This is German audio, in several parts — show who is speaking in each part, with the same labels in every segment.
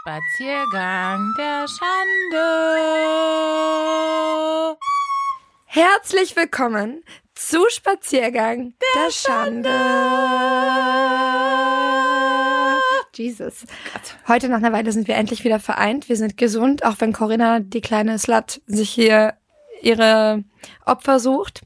Speaker 1: Spaziergang der Schande.
Speaker 2: Herzlich willkommen zu Spaziergang der, Schande. Jesus. Heute nach einer Weile sind wir endlich wieder vereint. Wir sind gesund, auch wenn Corinna, die kleine Slut, sich hier ihre Opfer sucht.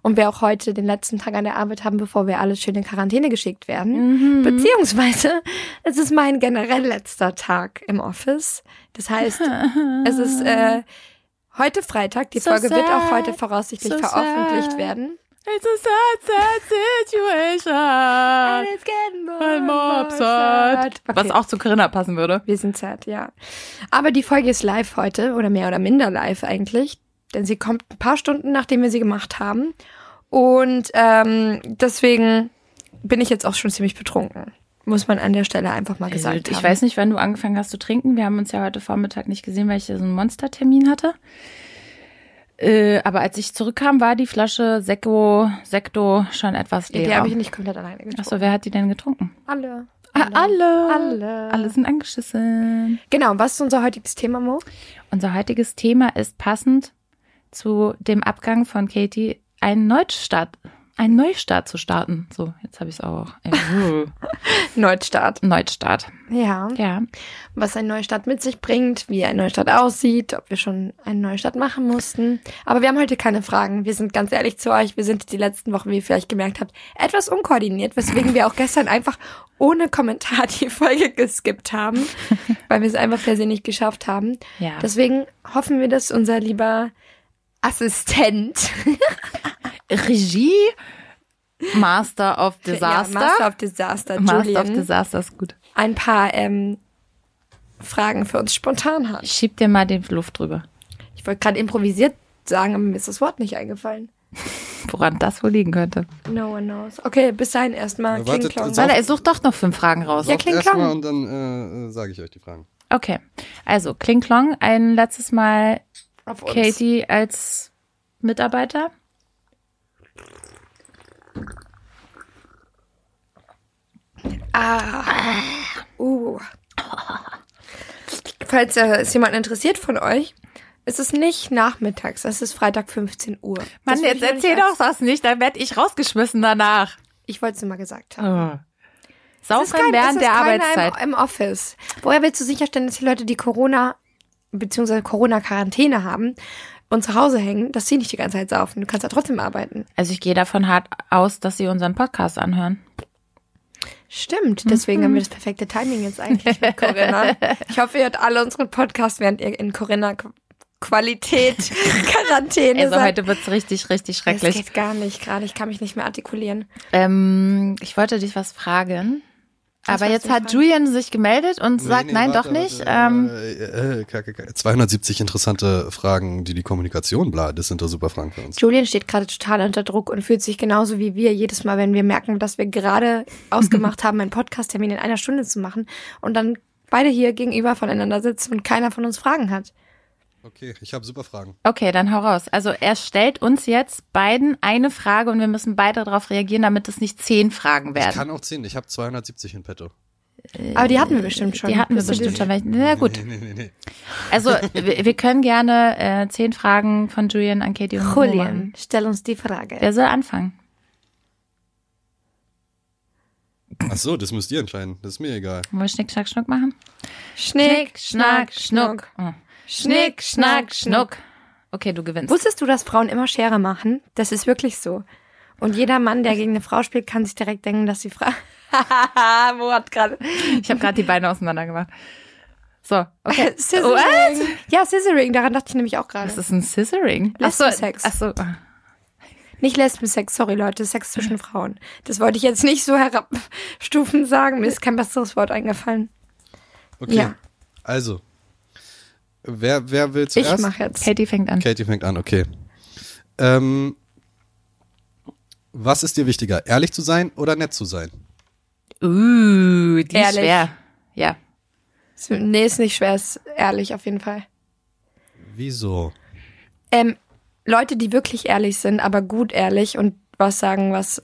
Speaker 2: Und wir auch heute den letzten Tag an der Arbeit haben, bevor wir alle schön in Quarantäne geschickt
Speaker 1: Mhm.
Speaker 2: werden. Beziehungsweise, es ist mein generell letzter Tag im Office. Das heißt, es ist äh, heute Freitag. Die
Speaker 1: So
Speaker 2: Folge wird auch heute
Speaker 1: sad.
Speaker 2: voraussichtlich
Speaker 1: So
Speaker 2: veröffentlicht
Speaker 1: sad.
Speaker 2: werden.
Speaker 1: It's a sad, sad situation.
Speaker 2: it's getting
Speaker 1: I'm more upset. Was
Speaker 2: Okay.
Speaker 1: auch zu Corinna passen würde.
Speaker 2: Wir sind sad, ja. Aber die Folge ist live heute oder mehr oder minder live eigentlich, denn sie kommt ein paar Stunden nachdem wir sie gemacht haben. Und ähm, deswegen bin ich jetzt auch schon ziemlich betrunken. Muss man an der Stelle einfach mal gesagt
Speaker 1: Äh, ich
Speaker 2: haben.
Speaker 1: weiß nicht, wann du angefangen hast zu trinken. Wir haben uns ja heute Vormittag nicht gesehen, weil ich ja so einen Monstertermin hatte. Äh, aber als ich zurückkam, war die Flasche Sekko, Sekto schon etwas
Speaker 2: Die
Speaker 1: leer.
Speaker 2: habe ich nicht komplett alleine getrunken.
Speaker 1: Achso, wer hat die denn getrunken?
Speaker 2: Alle.
Speaker 1: Ah, alle.
Speaker 2: Alle.
Speaker 1: Alle sind angeschissen.
Speaker 2: Genau, was ist unser heutiges Thema, Mo?
Speaker 1: Unser heutiges Thema ist passend zu dem Abgang von Katie, einen Neustart, einen Neustart zu starten. So, jetzt habe ich es auch. Äh,
Speaker 2: Neustart.
Speaker 1: Neustart.
Speaker 2: Ja.
Speaker 1: Ja.
Speaker 2: was ein Neustart mit sich bringt, wie ein Neustart aussieht, ob wir schon einen Neustart machen mussten. Aber wir haben heute keine Fragen. Wir sind ganz ehrlich zu euch. Wir sind die letzten Wochen, wie ihr vielleicht gemerkt habt, etwas unkoordiniert, weswegen wir auch gestern einfach ohne Kommentar die Folge geskippt haben, weil wir es einfach per se nicht geschafft haben.
Speaker 1: Ja.
Speaker 2: Deswegen hoffen wir, dass unser lieber Assistent,
Speaker 1: Regie, Master of Disaster.
Speaker 2: Ja, Master of Disaster,
Speaker 1: Master
Speaker 2: Julian,
Speaker 1: of Disaster ist gut.
Speaker 2: ein paar ähm, Fragen für uns spontan hat.
Speaker 1: Ich schieb dir mal den Luft drüber.
Speaker 2: Ich wollte gerade improvisiert sagen, aber mir ist das Wort nicht eingefallen.
Speaker 1: Woran das wohl liegen könnte.
Speaker 2: No one knows. Okay, bis dahin erstmal.
Speaker 3: Na,
Speaker 2: Kling,
Speaker 3: wartet,
Speaker 2: klong.
Speaker 3: so-
Speaker 1: Warte, such doch noch fünf Fragen raus.
Speaker 2: Ja,
Speaker 3: Sagt
Speaker 2: kling,
Speaker 3: erst
Speaker 2: klang.
Speaker 3: mal und dann äh, äh, sage ich euch die Fragen.
Speaker 1: Okay. Also, Kling Klong, ein letztes Mal
Speaker 2: Auf uns.
Speaker 1: Katie als Mitarbeiter.
Speaker 2: Uh. Falls äh, es jemand interessiert von euch, es ist nicht nachmittags, es ist Freitag 15 Uhr. Das
Speaker 1: Mann,
Speaker 2: will ich
Speaker 1: jetzt
Speaker 2: noch nicht
Speaker 1: erzähl
Speaker 2: als-
Speaker 1: doch das nicht, dann werd ich rausgeschmissen danach.
Speaker 2: Ich wollte es nur mal gesagt haben.
Speaker 1: Oh.
Speaker 2: Es Ah. ist kein-
Speaker 1: Saufen
Speaker 2: es
Speaker 1: während
Speaker 2: ist
Speaker 1: der
Speaker 2: keiner
Speaker 1: Arbeitszeit.
Speaker 2: Im, Im Office. Woher willst du sicherstellen, dass die Leute, die Corona bzw. Corona-Quarantäne haben und zu Hause hängen, dass sie nicht die ganze Zeit saufen? Du kannst ja trotzdem arbeiten.
Speaker 1: Also ich gehe davon hart aus, dass sie unseren Podcast anhören.
Speaker 2: Stimmt, deswegen haben wir das perfekte Timing jetzt eigentlich mit Corinna. Ich hoffe, ihr hört alle unseren Podcast, während ihr in Corinna-Qualität Quarantäne
Speaker 1: Also
Speaker 2: seid.
Speaker 1: heute wird's richtig, richtig
Speaker 2: das
Speaker 1: schrecklich.
Speaker 2: geht gar nicht gerade, ich kann mich nicht mehr artikulieren.
Speaker 1: Ähm, ich wollte dich was fragen.
Speaker 2: Was
Speaker 1: aber
Speaker 2: wolltest
Speaker 1: jetzt
Speaker 2: du
Speaker 1: hat
Speaker 2: fragen?
Speaker 1: Julian sich gemeldet und sagt,
Speaker 3: Nee, nee,
Speaker 1: nein,
Speaker 3: warte,
Speaker 1: doch nicht.
Speaker 3: warte,
Speaker 1: Ähm,
Speaker 3: äh, äh, kacke, kacke. 270 interessante Fragen, die die Kommunikation bla, das sind doch super Fragen für uns.
Speaker 2: Julian steht gerade total unter Druck und fühlt sich genauso wie wir jedes Mal, wenn wir merken, dass wir gerade ausgemacht haben, einen Podcast-Termin in einer Stunde zu machen und dann beide hier gegenüber voneinander sitzen und keiner von uns Fragen hat.
Speaker 3: Okay, ich habe super Fragen.
Speaker 1: okay, dann hau raus. Also er stellt uns jetzt beiden eine Frage und wir müssen beide darauf reagieren, damit es nicht zehn Fragen
Speaker 3: Ich
Speaker 1: werden.
Speaker 3: kann auch 10, ich habe 270 in petto.
Speaker 2: Aber die hatten wir bestimmt schon.
Speaker 1: Die hatten wir
Speaker 2: Bist du
Speaker 1: bestimmt
Speaker 2: die-
Speaker 1: schon. welche- Na gut.
Speaker 3: Nee, nee, nee, nee.
Speaker 1: Also, wir, wir können gerne äh, zehn Fragen von Julian an Katie und Momo
Speaker 2: Julian,
Speaker 1: machen.
Speaker 2: stell uns die Frage.
Speaker 1: Wer soll anfangen?
Speaker 3: Ach so, das müsst ihr entscheiden, das ist mir egal.
Speaker 1: Wollen wir Schnick, Schnack, Schnuck machen?
Speaker 2: Schnick, schnack, schnuck.
Speaker 1: Oh.
Speaker 2: Schnick, schnack, schnuck.
Speaker 1: Okay, du gewinnst.
Speaker 2: Wusstest du, dass Frauen immer Schere machen? Das ist wirklich so. Und jeder Mann, der gegen eine Frau spielt, kann sich direkt denken, dass die Frau. Wo hat gerade.
Speaker 1: Ich habe gerade die Beine auseinander gemacht. So, okay. Oh, äh,
Speaker 2: Scissoring. Ja, Scissoring, daran dachte ich nämlich auch
Speaker 1: Das
Speaker 2: gerade.
Speaker 1: ist ein Scissoring.
Speaker 2: Lesbensex.
Speaker 1: Achso.
Speaker 2: Nicht Lesbensex, sorry Leute, Sex zwischen Frauen. Das wollte ich jetzt nicht so herabstufen sagen. Mir ist kein besseres Wort eingefallen.
Speaker 3: Okay,
Speaker 2: Ja.
Speaker 3: also, wer, wer will
Speaker 2: Ich
Speaker 3: zuerst?
Speaker 2: mache jetzt.
Speaker 1: Katie fängt an.
Speaker 3: Katie fängt an, okay. Ähm, was ist dir wichtiger, ehrlich zu sein oder nett zu sein?
Speaker 1: Uh, die ist
Speaker 2: Ehrlich.
Speaker 1: schwer. Ja.
Speaker 2: Nee, ist nicht schwer, ist ehrlich auf jeden Fall.
Speaker 3: Wieso?
Speaker 2: Ähm, Leute, die wirklich ehrlich sind, aber gut ehrlich und was sagen, was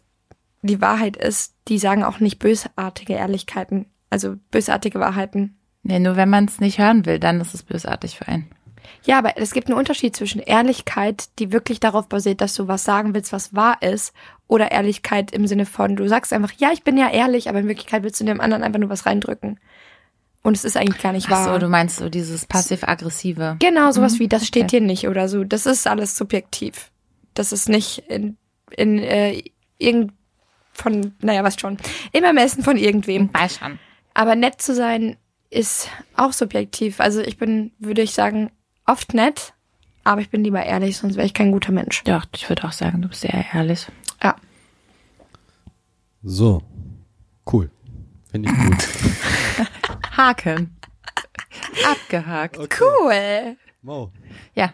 Speaker 2: die Wahrheit ist, die sagen auch nicht bösartige Ehrlichkeiten, also bösartige Wahrheiten.
Speaker 1: Nee, nur wenn man es nicht hören will, dann ist es bösartig für einen.
Speaker 2: Ja, aber es gibt einen Unterschied zwischen Ehrlichkeit, die wirklich darauf basiert, dass du was sagen willst, was wahr ist, oder Ehrlichkeit im Sinne von, du sagst einfach, ja, ich bin ja ehrlich, aber in Wirklichkeit willst du dem anderen einfach nur was reindrücken. Und es ist eigentlich gar nicht wahr.
Speaker 1: Ach so, du meinst so dieses passiv-aggressive.
Speaker 2: Genau, sowas wie, das steht
Speaker 1: okay.
Speaker 2: hier nicht oder so. Das ist alles subjektiv. Das ist nicht in, in äh, irgend von, naja, was schon. Im Ermessen von
Speaker 1: Mhm.
Speaker 2: irgendwem.
Speaker 1: Beischern.
Speaker 2: Aber nett zu sein ist auch subjektiv. Also ich bin, würde ich sagen, oft nett, aber ich bin lieber ehrlich, sonst wäre ich kein guter Mensch.
Speaker 1: Doch, ich würde auch sagen, du bist sehr ehrlich.
Speaker 2: Ja.
Speaker 3: So. Cool. Finde ich gut.
Speaker 1: Haken. Abgehakt.
Speaker 2: Cool.
Speaker 3: Mo.
Speaker 1: Ja.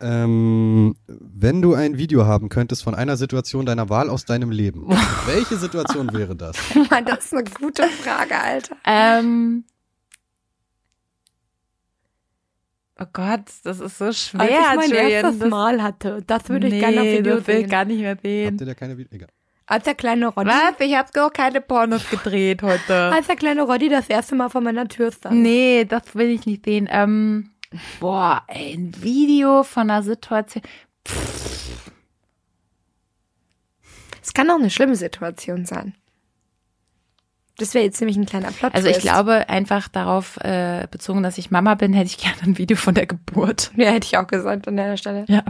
Speaker 3: Ähm, wenn du ein Video haben könntest von einer Situation deiner Wahl aus deinem Leben, welche Situation wäre das?
Speaker 2: Mann, das ist eine gute Frage, Alter.
Speaker 1: Ähm. Oh Gott, das ist so schwer, Julian. das,
Speaker 2: Mal hatte, das
Speaker 1: nee, das will ich gar nicht mehr
Speaker 3: Habt
Speaker 1: sehen.
Speaker 3: ihr da keine Video? Egal.
Speaker 2: Als der kleine Roddy,
Speaker 1: Was? Ich habe gar keine Pornos gedreht heute.
Speaker 2: als der kleine Roddy das erste Mal vor meiner Tür stand.
Speaker 1: Nee, das will ich nicht sehen. Ähm, boah, ey, ein Video von einer Situation.
Speaker 2: Es kann auch eine schlimme Situation sein. Das wäre jetzt nämlich ein kleiner Plot.
Speaker 1: Also ich glaube einfach darauf äh, bezogen, dass ich Mama bin, hätte ich gerne ein Video von der Geburt.
Speaker 2: Ja, hätte ich auch gesagt an der Stelle.
Speaker 1: Ja.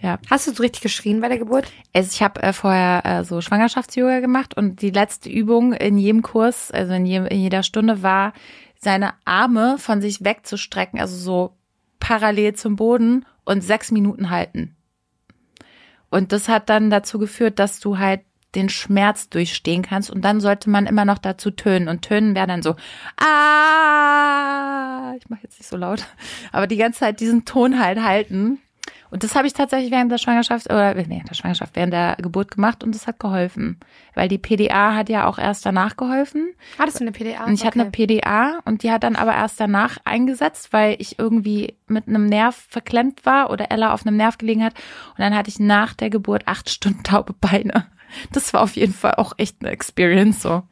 Speaker 1: Ja,
Speaker 2: Hast du so richtig geschrien bei der Geburt?
Speaker 1: also ich habe äh, vorher äh, so Schwangerschafts-Yoga gemacht und die letzte Übung in jedem Kurs, also in, jedem, in jeder Stunde war, seine Arme von sich wegzustrecken, also so parallel zum Boden und sechs Minuten halten. Und das hat dann dazu geführt, dass du halt den Schmerz durchstehen kannst und dann sollte man immer noch dazu tönen und tönen wäre dann so ah ich mache jetzt nicht so laut aber die ganze Zeit diesen Ton halt halten und das habe ich tatsächlich während der Schwangerschaft oder äh, nee, während der Schwangerschaft während der Geburt gemacht und das hat geholfen weil die PDA hat ja auch erst danach geholfen
Speaker 2: Hattest du eine PDA?
Speaker 1: und ich hatte eine PDA und die hat dann aber erst danach eingesetzt, weil ich irgendwie mit einem Nerv verklemmt war oder Ella auf einem Nerv gelegen hat. Und dann hatte ich nach der Geburt acht Stunden taube Beine. Das war auf jeden Fall auch echt eine Experience, so.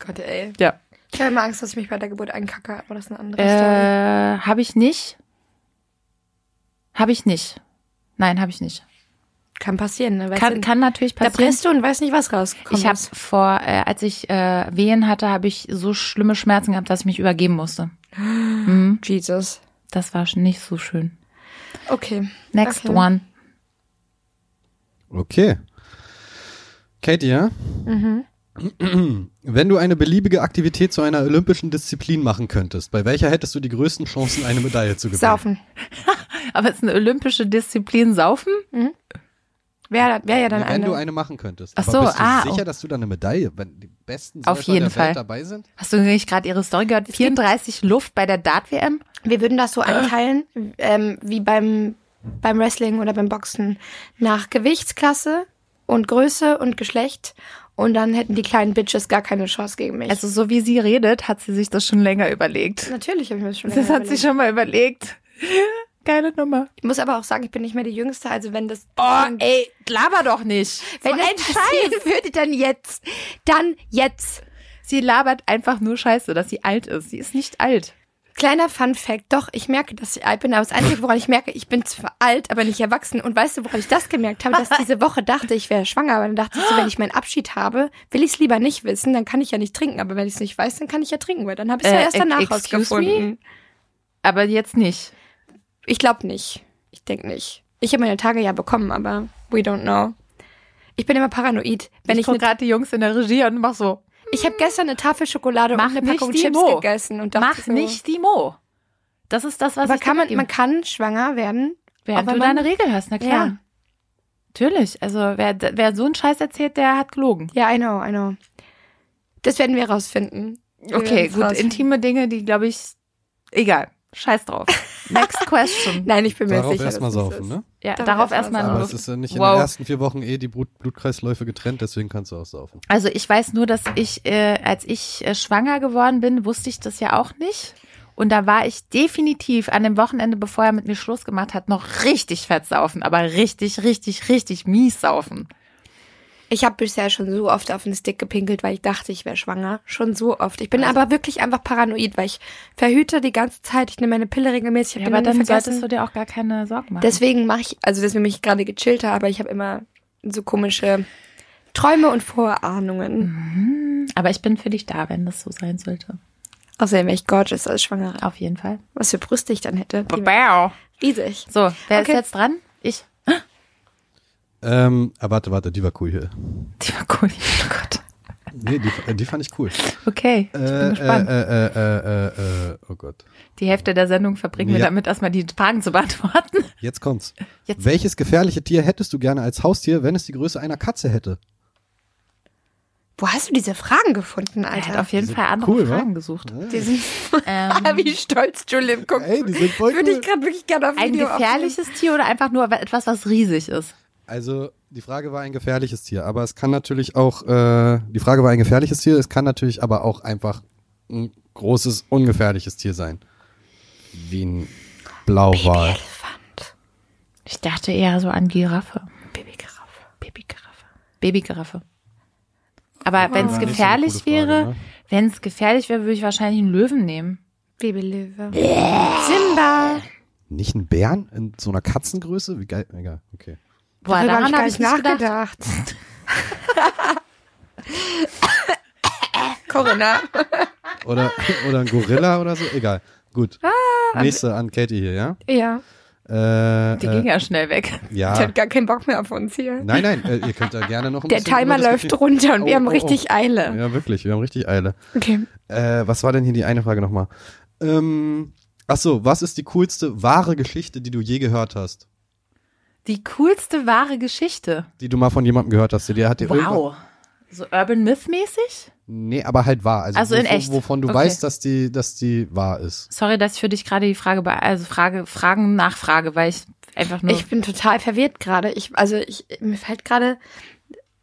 Speaker 2: Gott, ey.
Speaker 1: Ja.
Speaker 2: Ich habe immer Angst, dass ich mich bei der Geburt einkacke, aber das ist eine andere Story.
Speaker 1: Äh, habe ich nicht. Habe ich nicht. Nein, habe ich nicht.
Speaker 2: Kann passieren, ne? Weißt
Speaker 1: Kann,
Speaker 2: du,
Speaker 1: kann natürlich
Speaker 2: da
Speaker 1: passieren.
Speaker 2: presst du und weißt nicht, was rausgekommen
Speaker 1: Ich habe
Speaker 2: ist.
Speaker 1: vor, äh, als ich äh, Wehen hatte, habe ich so schlimme Schmerzen gehabt, dass ich mich übergeben musste. Mhm.
Speaker 2: Jesus.
Speaker 1: Das war schon nicht so schön.
Speaker 2: Okay.
Speaker 1: Next
Speaker 2: Okay.
Speaker 1: one.
Speaker 3: Okay. Katie, ja?
Speaker 2: Mhm.
Speaker 3: Wenn du eine beliebige Aktivität zu einer olympischen Disziplin machen könntest, bei welcher hättest du die größten Chancen, eine Medaille zu gewinnen?
Speaker 2: Saufen.
Speaker 1: Aber ist eine olympische Disziplin Saufen?
Speaker 2: Wäre wär ja dann
Speaker 3: Nee, wenn
Speaker 2: eine.
Speaker 3: du eine machen könntest.
Speaker 1: Ach
Speaker 3: Aber
Speaker 1: so,
Speaker 3: bist du
Speaker 1: ah,
Speaker 3: sicher,
Speaker 1: oh.
Speaker 3: dass du da eine Medaille, wenn die besten
Speaker 1: Auf
Speaker 3: Säufer
Speaker 1: jeden
Speaker 3: der
Speaker 1: Fall.
Speaker 3: Welt dabei sind?
Speaker 1: Hast du nicht gerade ihre Story gehört? 34 Luft bei der Dart-WM?
Speaker 2: Wir würden das so
Speaker 1: Ah.
Speaker 2: einteilen, ähm, wie beim, beim Wrestling oder beim Boxen. Nach Gewichtsklasse und Größe und Geschlecht. Und dann hätten die kleinen Bitches gar keine Chance gegen mich.
Speaker 1: Also so wie sie redet, hat sie sich das schon länger überlegt.
Speaker 2: Natürlich habe ich mir das schon
Speaker 1: Das
Speaker 2: länger
Speaker 1: hat sie
Speaker 2: überlegt.
Speaker 1: schon mal überlegt. Geile Nummer.
Speaker 2: Ich muss aber auch sagen, ich bin nicht mehr die Jüngste, also wenn das.
Speaker 1: Oh, ey, laber doch nicht.
Speaker 2: wenn
Speaker 1: Wenn
Speaker 2: das
Speaker 1: ein Scheiß.
Speaker 2: passieren würde, dann jetzt. Dann jetzt.
Speaker 1: Sie labert einfach nur Scheiße, dass sie alt ist. Sie ist nicht alt.
Speaker 2: Kleiner Fun Fact, doch, ich merke, dass ich alt bin, aber das Einzige, woran ich merke, ich bin zwar alt, aber nicht erwachsen. Und weißt du, woran ich das gemerkt habe? Dass ich diese Woche dachte, ich wäre schwanger, aber dann dachte ich so, wenn ich meinen Abschied habe, will ich es lieber nicht wissen, dann kann ich ja nicht trinken. Aber wenn ich es nicht weiß, dann kann ich ja trinken, weil dann habe ich es ja
Speaker 1: Äh,
Speaker 2: erst danach
Speaker 1: excuse
Speaker 2: rausgefunden.
Speaker 1: Aber jetzt nicht.
Speaker 2: Ich glaube nicht. Ich denke nicht. Ich habe meine Tage ja bekommen, aber we don't know. Ich bin immer paranoid. Wenn ich,
Speaker 1: guck
Speaker 2: ich,
Speaker 1: gerade die Jungs in der Regie und mach so.
Speaker 2: ich habe gestern eine Tafel Schokolade
Speaker 1: Mach
Speaker 2: und eine
Speaker 1: nicht
Speaker 2: Packung
Speaker 1: die
Speaker 2: Chips
Speaker 1: Mo.
Speaker 2: gegessen und dachte
Speaker 1: Mach
Speaker 2: so,
Speaker 1: nicht die Mo. Das ist das, was
Speaker 2: Aber
Speaker 1: ich
Speaker 2: kann man,
Speaker 1: dir
Speaker 2: man
Speaker 1: mitgeben-
Speaker 2: kann schwanger werden.
Speaker 1: Während du
Speaker 2: auch wenn man-
Speaker 1: deine Regel hast, na klar.
Speaker 2: Ja.
Speaker 1: Natürlich. Also wer, wer so einen Scheiß erzählt, der hat gelogen.
Speaker 2: Ja, I know, I know. Das werden wir rausfinden. Wir
Speaker 1: Okay,
Speaker 2: werden's
Speaker 1: gut.
Speaker 2: rausfinden.
Speaker 1: Intime Dinge, die glaube ich, egal. Scheiß drauf. Next question.
Speaker 2: Nein, ich bin mir
Speaker 3: Darauf
Speaker 2: sicher.
Speaker 3: erstmal
Speaker 2: dass das
Speaker 3: saufen,
Speaker 2: ist.
Speaker 3: ne?
Speaker 1: ja,
Speaker 2: Darf
Speaker 1: darauf
Speaker 2: ich erst mal
Speaker 1: erstmal
Speaker 2: sagen?
Speaker 3: Aber
Speaker 1: nur.
Speaker 3: es ist ja nicht in
Speaker 1: Wow.
Speaker 3: den ersten vier Wochen eh die Blut Blutkreisläufe getrennt, deswegen kannst du auch saufen.
Speaker 1: Also ich weiß nur, dass ich, äh, als ich äh, schwanger geworden bin, wusste ich das ja auch nicht. Und da war ich definitiv an dem Wochenende, bevor er mit mir Schluss gemacht hat, noch richtig fett saufen. Aber richtig, richtig, richtig mies saufen.
Speaker 2: Ich habe bisher schon so oft auf den Stick gepinkelt, weil ich dachte, ich wäre schwanger. Schon so oft. Ich
Speaker 1: Also
Speaker 2: bin aber wirklich einfach paranoid, weil ich verhüte die ganze Zeit. Ich nehme meine Pille regelmäßig. Ich
Speaker 1: Ja,
Speaker 2: hab
Speaker 1: aber
Speaker 2: die nie
Speaker 1: dann
Speaker 2: vergessen.
Speaker 1: solltest du dir auch gar keine Sorgen machen.
Speaker 2: Deswegen mache ich, also deswegen bin ich gerade gechillter, aber ich habe immer so komische Träume und Vorahnungen.
Speaker 1: Mhm. aber ich bin für dich da, wenn das so sein sollte.
Speaker 2: Außerdem wäre ich gorgeous als Schwangere.
Speaker 1: Auf jeden Fall.
Speaker 2: Was für Brüste ich dann hätte. Die wären
Speaker 1: Wow.
Speaker 2: Riesig.
Speaker 1: So, wer
Speaker 2: Okay.
Speaker 1: ist jetzt dran? Ich.
Speaker 3: Ähm, aber warte, warte, die war cool hier.
Speaker 1: Die war cool. Oh Gott.
Speaker 3: Nee, die, äh, die fand ich cool.
Speaker 1: Okay, ich
Speaker 3: Äh,
Speaker 1: bin gespannt.
Speaker 3: Äh, äh, äh, äh, äh, oh Gott.
Speaker 1: die Hälfte der Sendung verbringen wir
Speaker 3: Ja.
Speaker 1: damit, erstmal die Fragen zu beantworten.
Speaker 3: Jetzt kommt's.
Speaker 1: Jetzt.
Speaker 3: Welches gefährliche Tier hättest du gerne als Haustier, wenn es die Größe einer Katze hätte?
Speaker 2: Wo hast du diese Fragen gefunden,
Speaker 1: Er hat
Speaker 2: Alter?
Speaker 1: halt auf jeden
Speaker 3: sind
Speaker 1: Fall andere
Speaker 3: cool, wa?
Speaker 1: Fragen gesucht.
Speaker 2: Die sind
Speaker 1: Ähm,
Speaker 2: Ah, wie stolz Julian guckt.
Speaker 3: Ey, die sind voll
Speaker 2: Würde
Speaker 3: cool.
Speaker 2: ich gerade wirklich gerne auf
Speaker 1: ein
Speaker 2: Video
Speaker 1: gefährliches Tier oder einfach nur etwas, was riesig ist?
Speaker 3: Also, die Frage war ein gefährliches Tier, aber es kann natürlich auch, äh, die Frage war ein gefährliches Tier, es kann natürlich aber auch einfach ein großes, ungefährliches Tier sein. Wie ein Blauwal.
Speaker 2: Elefant.
Speaker 1: Ich dachte eher so an Giraffe.
Speaker 2: Babygiraffe.
Speaker 1: Babygiraffe. Babygiraffe. Aber wenn es
Speaker 3: nicht so eine
Speaker 1: gefährlich
Speaker 3: coole Frage,
Speaker 1: wäre,
Speaker 3: ne?
Speaker 1: wenn es gefährlich wäre, würde ich wahrscheinlich einen Löwen nehmen.
Speaker 2: Babylöwe. Simba.
Speaker 3: Nicht ein Bären in so einer Katzengröße? Wie geil, egal, okay.
Speaker 1: Boah,
Speaker 2: Darüber
Speaker 1: daran
Speaker 2: hab
Speaker 1: habe ich nicht gedacht.
Speaker 2: Corinna.
Speaker 3: Oder, oder ein Gorilla oder so, egal. Gut.
Speaker 1: Ah,
Speaker 3: Nächste an Katie hier, ja?
Speaker 2: Ja.
Speaker 3: Äh,
Speaker 1: Die ging
Speaker 3: äh,
Speaker 1: ja schnell weg.
Speaker 2: Die
Speaker 3: ja.
Speaker 2: hat gar keinen Bock mehr auf uns hier.
Speaker 3: Nein, nein, äh, ihr könnt da gerne noch ein
Speaker 2: Der
Speaker 3: bisschen
Speaker 2: Timer
Speaker 3: über das
Speaker 2: läuft
Speaker 3: Gefühl-
Speaker 2: runter und wir
Speaker 3: Oh,
Speaker 2: haben
Speaker 3: oh, oh.
Speaker 2: richtig Eile.
Speaker 3: Ja, wirklich, wir haben richtig Eile.
Speaker 2: Okay.
Speaker 3: Äh, was war denn hier die eine Frage nochmal? Ähm, ach so, was ist die coolste wahre Geschichte, die du je gehört hast?
Speaker 1: Die coolste wahre Geschichte.
Speaker 3: Die du mal von jemandem gehört hast, der dir hat dir irgendwann-
Speaker 1: Wow. So Urban Myth-mäßig?
Speaker 3: Nee, aber halt wahr. Also,
Speaker 1: Also in
Speaker 3: wovon-
Speaker 1: echt.
Speaker 3: Wovon du
Speaker 1: Okay.
Speaker 3: weißt, dass die, dass die wahr ist.
Speaker 1: Sorry, dass ich für dich gerade die Frage, bee- also Frage, Fragen nachfrage, weil ich einfach nur.
Speaker 2: Ich bin total verwirrt gerade. Ich, also ich, mir fällt gerade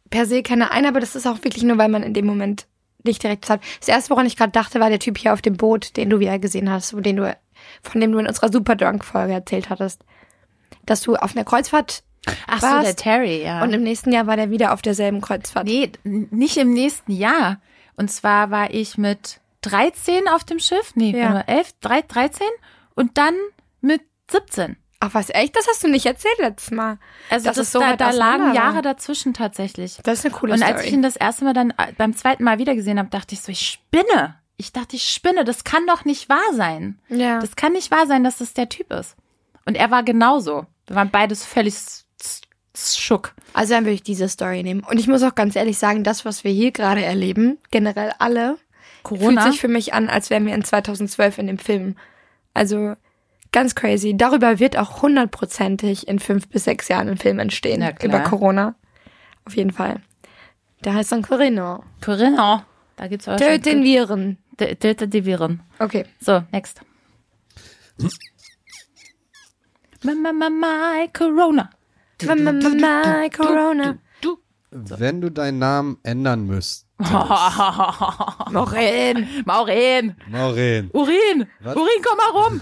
Speaker 2: per se keiner ein, aber das ist auch wirklich nur, weil man in dem Moment nicht direkt hat. Das erste, woran ich gerade dachte, war der Typ hier auf dem Boot, den du wieder gesehen hast, wo den du, von dem du in unserer Superdrunk-Folge erzählt hattest. Dass du auf einer Kreuzfahrt
Speaker 1: Ach so,
Speaker 2: warst
Speaker 1: der Terry, ja.
Speaker 2: und im nächsten Jahr war der wieder auf derselben Kreuzfahrt.
Speaker 1: nee, n- nicht im nächsten Jahr. Und zwar war ich mit 13 auf dem Schiff. Nee,
Speaker 2: Ja.
Speaker 1: ja. 11, 3, 13 und dann mit 17.
Speaker 2: Ach was, echt? Das hast du nicht erzählt letztes Mal.
Speaker 1: Also
Speaker 2: Dass
Speaker 1: das,
Speaker 2: es so
Speaker 1: da,
Speaker 2: weit
Speaker 1: da lagen
Speaker 2: auseinander war.
Speaker 1: Jahre dazwischen tatsächlich.
Speaker 2: Das ist eine coole
Speaker 1: Und
Speaker 2: Story.
Speaker 1: als ich ihn das erste Mal dann äh, beim zweiten Mal wiedergesehen habe, dachte ich so, ich spinne. Ich dachte, ich spinne. Das kann doch nicht wahr sein.
Speaker 2: ja.
Speaker 1: Das kann nicht wahr sein, dass das der Typ ist. Und er war genauso. Wir waren beides völlig s- s- s- schuck.
Speaker 2: Also dann würde ich diese Story nehmen. Und ich muss auch ganz ehrlich sagen, das, was wir hier gerade erleben, generell alle,
Speaker 1: Corona?
Speaker 2: fühlt sich für mich an, als wären wir in 2012 in dem Film. Also ganz crazy. Darüber wird auch hundertprozentig in fünf bis sechs Jahren ein Film entstehen.
Speaker 1: Na klar.
Speaker 2: Über Corona. Auf jeden Fall. Der heißt dann Corino.
Speaker 1: Corinna, da gibt's auch
Speaker 2: Töt den Viren.
Speaker 1: D- Töte die Viren.
Speaker 2: Okay.
Speaker 1: So, next. Mama, Mama, Corona.
Speaker 2: My Corona.
Speaker 1: Du.
Speaker 3: Wenn du deinen Namen ändern müsst.
Speaker 2: Morin.
Speaker 1: Maurin,
Speaker 3: Maureen,
Speaker 1: Urin,
Speaker 3: Was?
Speaker 1: Urin, komm mal rum.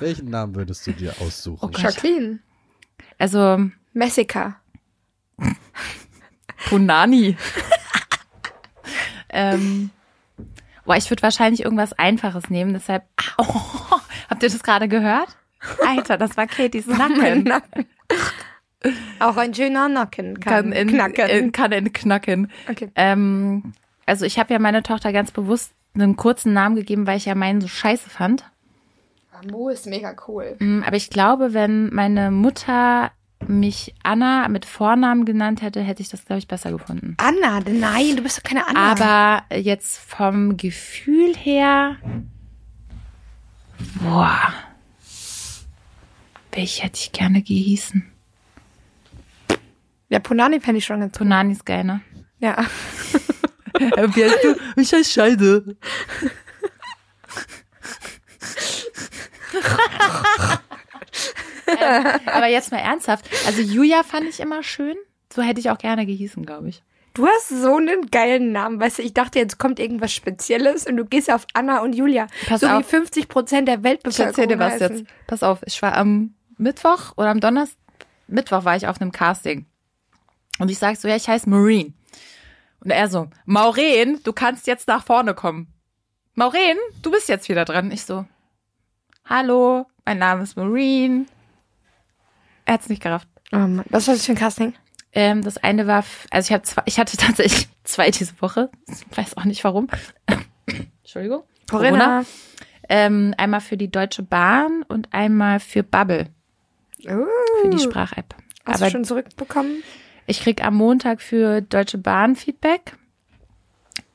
Speaker 3: welchen Namen würdest du dir aussuchen?
Speaker 1: Gott.
Speaker 2: Jacqueline.
Speaker 1: Also,
Speaker 2: Messica.
Speaker 1: Punani. ähm, boah, ich würde wahrscheinlich irgendwas Einfaches nehmen, deshalb. Oh, habt ihr das gerade gehört? Alter, das war Katies Nacken.
Speaker 2: Auch ein schöner Nacken kann,
Speaker 1: Kann in,
Speaker 2: knacken.
Speaker 1: In, kann in Knacken.
Speaker 2: okay.
Speaker 1: Ähm, also ich habe ja meiner Tochter ganz bewusst einen kurzen Namen gegeben, weil ich ja meinen so scheiße fand.
Speaker 2: Mo ist mega cool.
Speaker 1: Mm, Aber ich glaube, wenn meine Mutter mich Anna mit Vornamen genannt hätte, hätte ich das, glaube ich, besser gefunden.
Speaker 2: Anna, nein, du bist doch keine Anna.
Speaker 1: Aber jetzt vom Gefühl her. Boah. Welche hätte ich gerne gehießen?
Speaker 2: Ja, Punani fände ich schon ganz cool.
Speaker 1: Punani ist geil, ne?
Speaker 2: Ja.
Speaker 1: Äh, Wie heißt du? Ich heiße Scheide. Äh, Aber jetzt mal ernsthaft. Also Julia fand ich immer schön. So hätte ich auch gerne gehießen, glaube ich.
Speaker 2: Du hast so einen geilen Namen, weißt du, ich dachte, jetzt kommt irgendwas Spezielles und du gehst auf Anna und Julia.
Speaker 1: Pass
Speaker 2: so
Speaker 1: auf.
Speaker 2: wie 50 Prozent der
Speaker 1: Ich
Speaker 2: Weltbevölkerung.
Speaker 1: erzähle dir was
Speaker 2: heißen.
Speaker 1: jetzt. Pass auf, ich war am Mittwoch oder am Donnerstag, Mittwoch war ich auf einem Casting. Und ich sage so, ja, ich heiße Maureen. Und er so, Maureen, du kannst jetzt nach vorne kommen. Maureen, du bist jetzt wieder dran. Ich so, hallo, mein Name ist Maureen. Er hat's nicht gerafft.
Speaker 2: Oh Mann, was war das für ein Casting?
Speaker 1: Ähm, das eine war, f- also ich habe zwei, ich hatte tatsächlich zwei diese Woche. Ich weiß auch nicht warum. Entschuldigung.
Speaker 2: Corinna.
Speaker 1: Ähm, einmal für die Deutsche Bahn und einmal für Bubble, für
Speaker 2: Uh,
Speaker 1: die Sprachapp.
Speaker 2: hast
Speaker 1: Aber
Speaker 2: du schon zurückbekommen?
Speaker 1: ich krieg am Montag für Deutsche Bahn Feedback.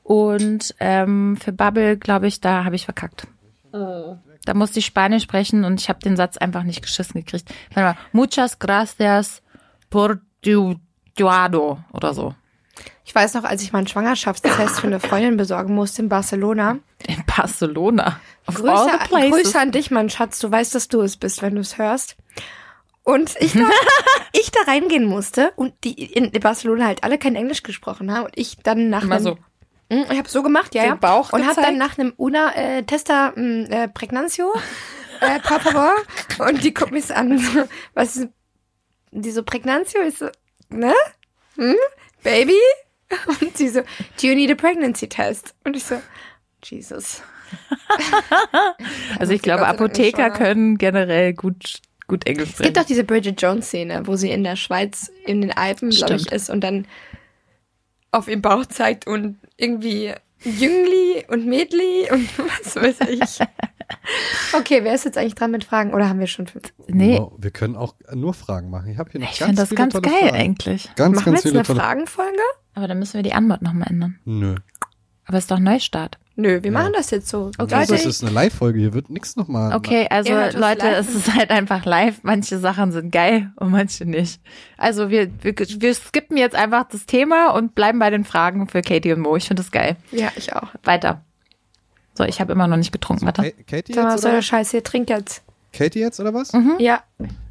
Speaker 1: Und ähm, für Bubble, glaube ich, da habe ich verkackt. Da musste ich Spanisch sprechen und ich habe den Satz einfach nicht geschissen gekriegt. Warte mal, muchas gracias por tu duado oder so.
Speaker 2: Ich weiß noch, als ich meinen Schwangerschaftstest für eine Freundin besorgen musste in Barcelona.
Speaker 1: In Barcelona. Of all
Speaker 2: Grüße,
Speaker 1: the places.
Speaker 2: Grüße an dich, mein Schatz. Du weißt, dass du es bist, wenn du es hörst. Und ich da, ich da reingehen musste und die in Barcelona halt alle kein Englisch gesprochen haben und ich dann nach
Speaker 1: Immer
Speaker 2: einem-
Speaker 1: so.
Speaker 2: Mm, Ich habe so gemacht, ja,
Speaker 1: Den
Speaker 2: ja.
Speaker 1: Bauch
Speaker 2: und habe
Speaker 1: gezeigt?
Speaker 2: dann nach einem Una äh, Testa mh, äh, Pregnancio, äh, por favor, und die guckt mich so an, so, was ist die so Pregnancio ist so, ne? Hm? Baby? Und sie so, do you need a pregnancy test? Und ich so, Jesus.
Speaker 1: Also ich glaube,
Speaker 2: Gott sei Dank nicht
Speaker 1: Apotheker
Speaker 2: schwanger.
Speaker 1: können generell gut, gut Englisch
Speaker 2: Es gibt
Speaker 1: sprechen.
Speaker 2: doch diese Bridget Jones Szene, wo sie in der Schweiz in den Alpen, glaube ich,
Speaker 1: Stimmt.
Speaker 2: ist und dann auf ihren Bauch zeigt und irgendwie Jüngli und Mädli und was weiß ich. Okay, wer ist jetzt eigentlich dran mit Fragen? Oder haben wir schon fünf?
Speaker 1: Nee,
Speaker 3: Wow, wir können auch nur Fragen machen. Ich habe hier noch
Speaker 1: ich
Speaker 3: ganz
Speaker 1: finde das
Speaker 3: viele
Speaker 1: ganz
Speaker 3: tolle
Speaker 1: geil
Speaker 3: Fragen.
Speaker 1: eigentlich.
Speaker 2: Machen
Speaker 3: Ganz,
Speaker 2: wir
Speaker 3: ganz
Speaker 2: jetzt
Speaker 3: viele
Speaker 2: eine
Speaker 3: tolle
Speaker 2: Fragenfolge?
Speaker 1: Aber dann müssen wir die Anmod nochmal ändern.
Speaker 3: Nö.
Speaker 1: Aber ist doch Neustart.
Speaker 2: Nö, wir machen das jetzt so.
Speaker 3: Okay. Also,
Speaker 2: Leute,
Speaker 3: das ist eine Live-Folge. Hier wird nichts nochmal.
Speaker 1: Okay, also
Speaker 2: Ihr hört uns
Speaker 1: Leute,
Speaker 2: live.
Speaker 1: es ist halt einfach live. Manche Sachen sind geil und manche nicht. Also wir, wir, wir skippen jetzt einfach das Thema und bleiben bei den Fragen für Katie und Mo. Ich finde das geil.
Speaker 2: ja, ich auch.
Speaker 1: Weiter. So, ich habe immer noch nicht getrunken. Warte.
Speaker 3: Ka- Katie
Speaker 2: Sag mal, was
Speaker 3: jetzt,
Speaker 2: soll
Speaker 3: oder?
Speaker 2: der Scheiß hier? Trink jetzt.
Speaker 3: Katie jetzt oder was?
Speaker 1: Mhm.
Speaker 2: Ja.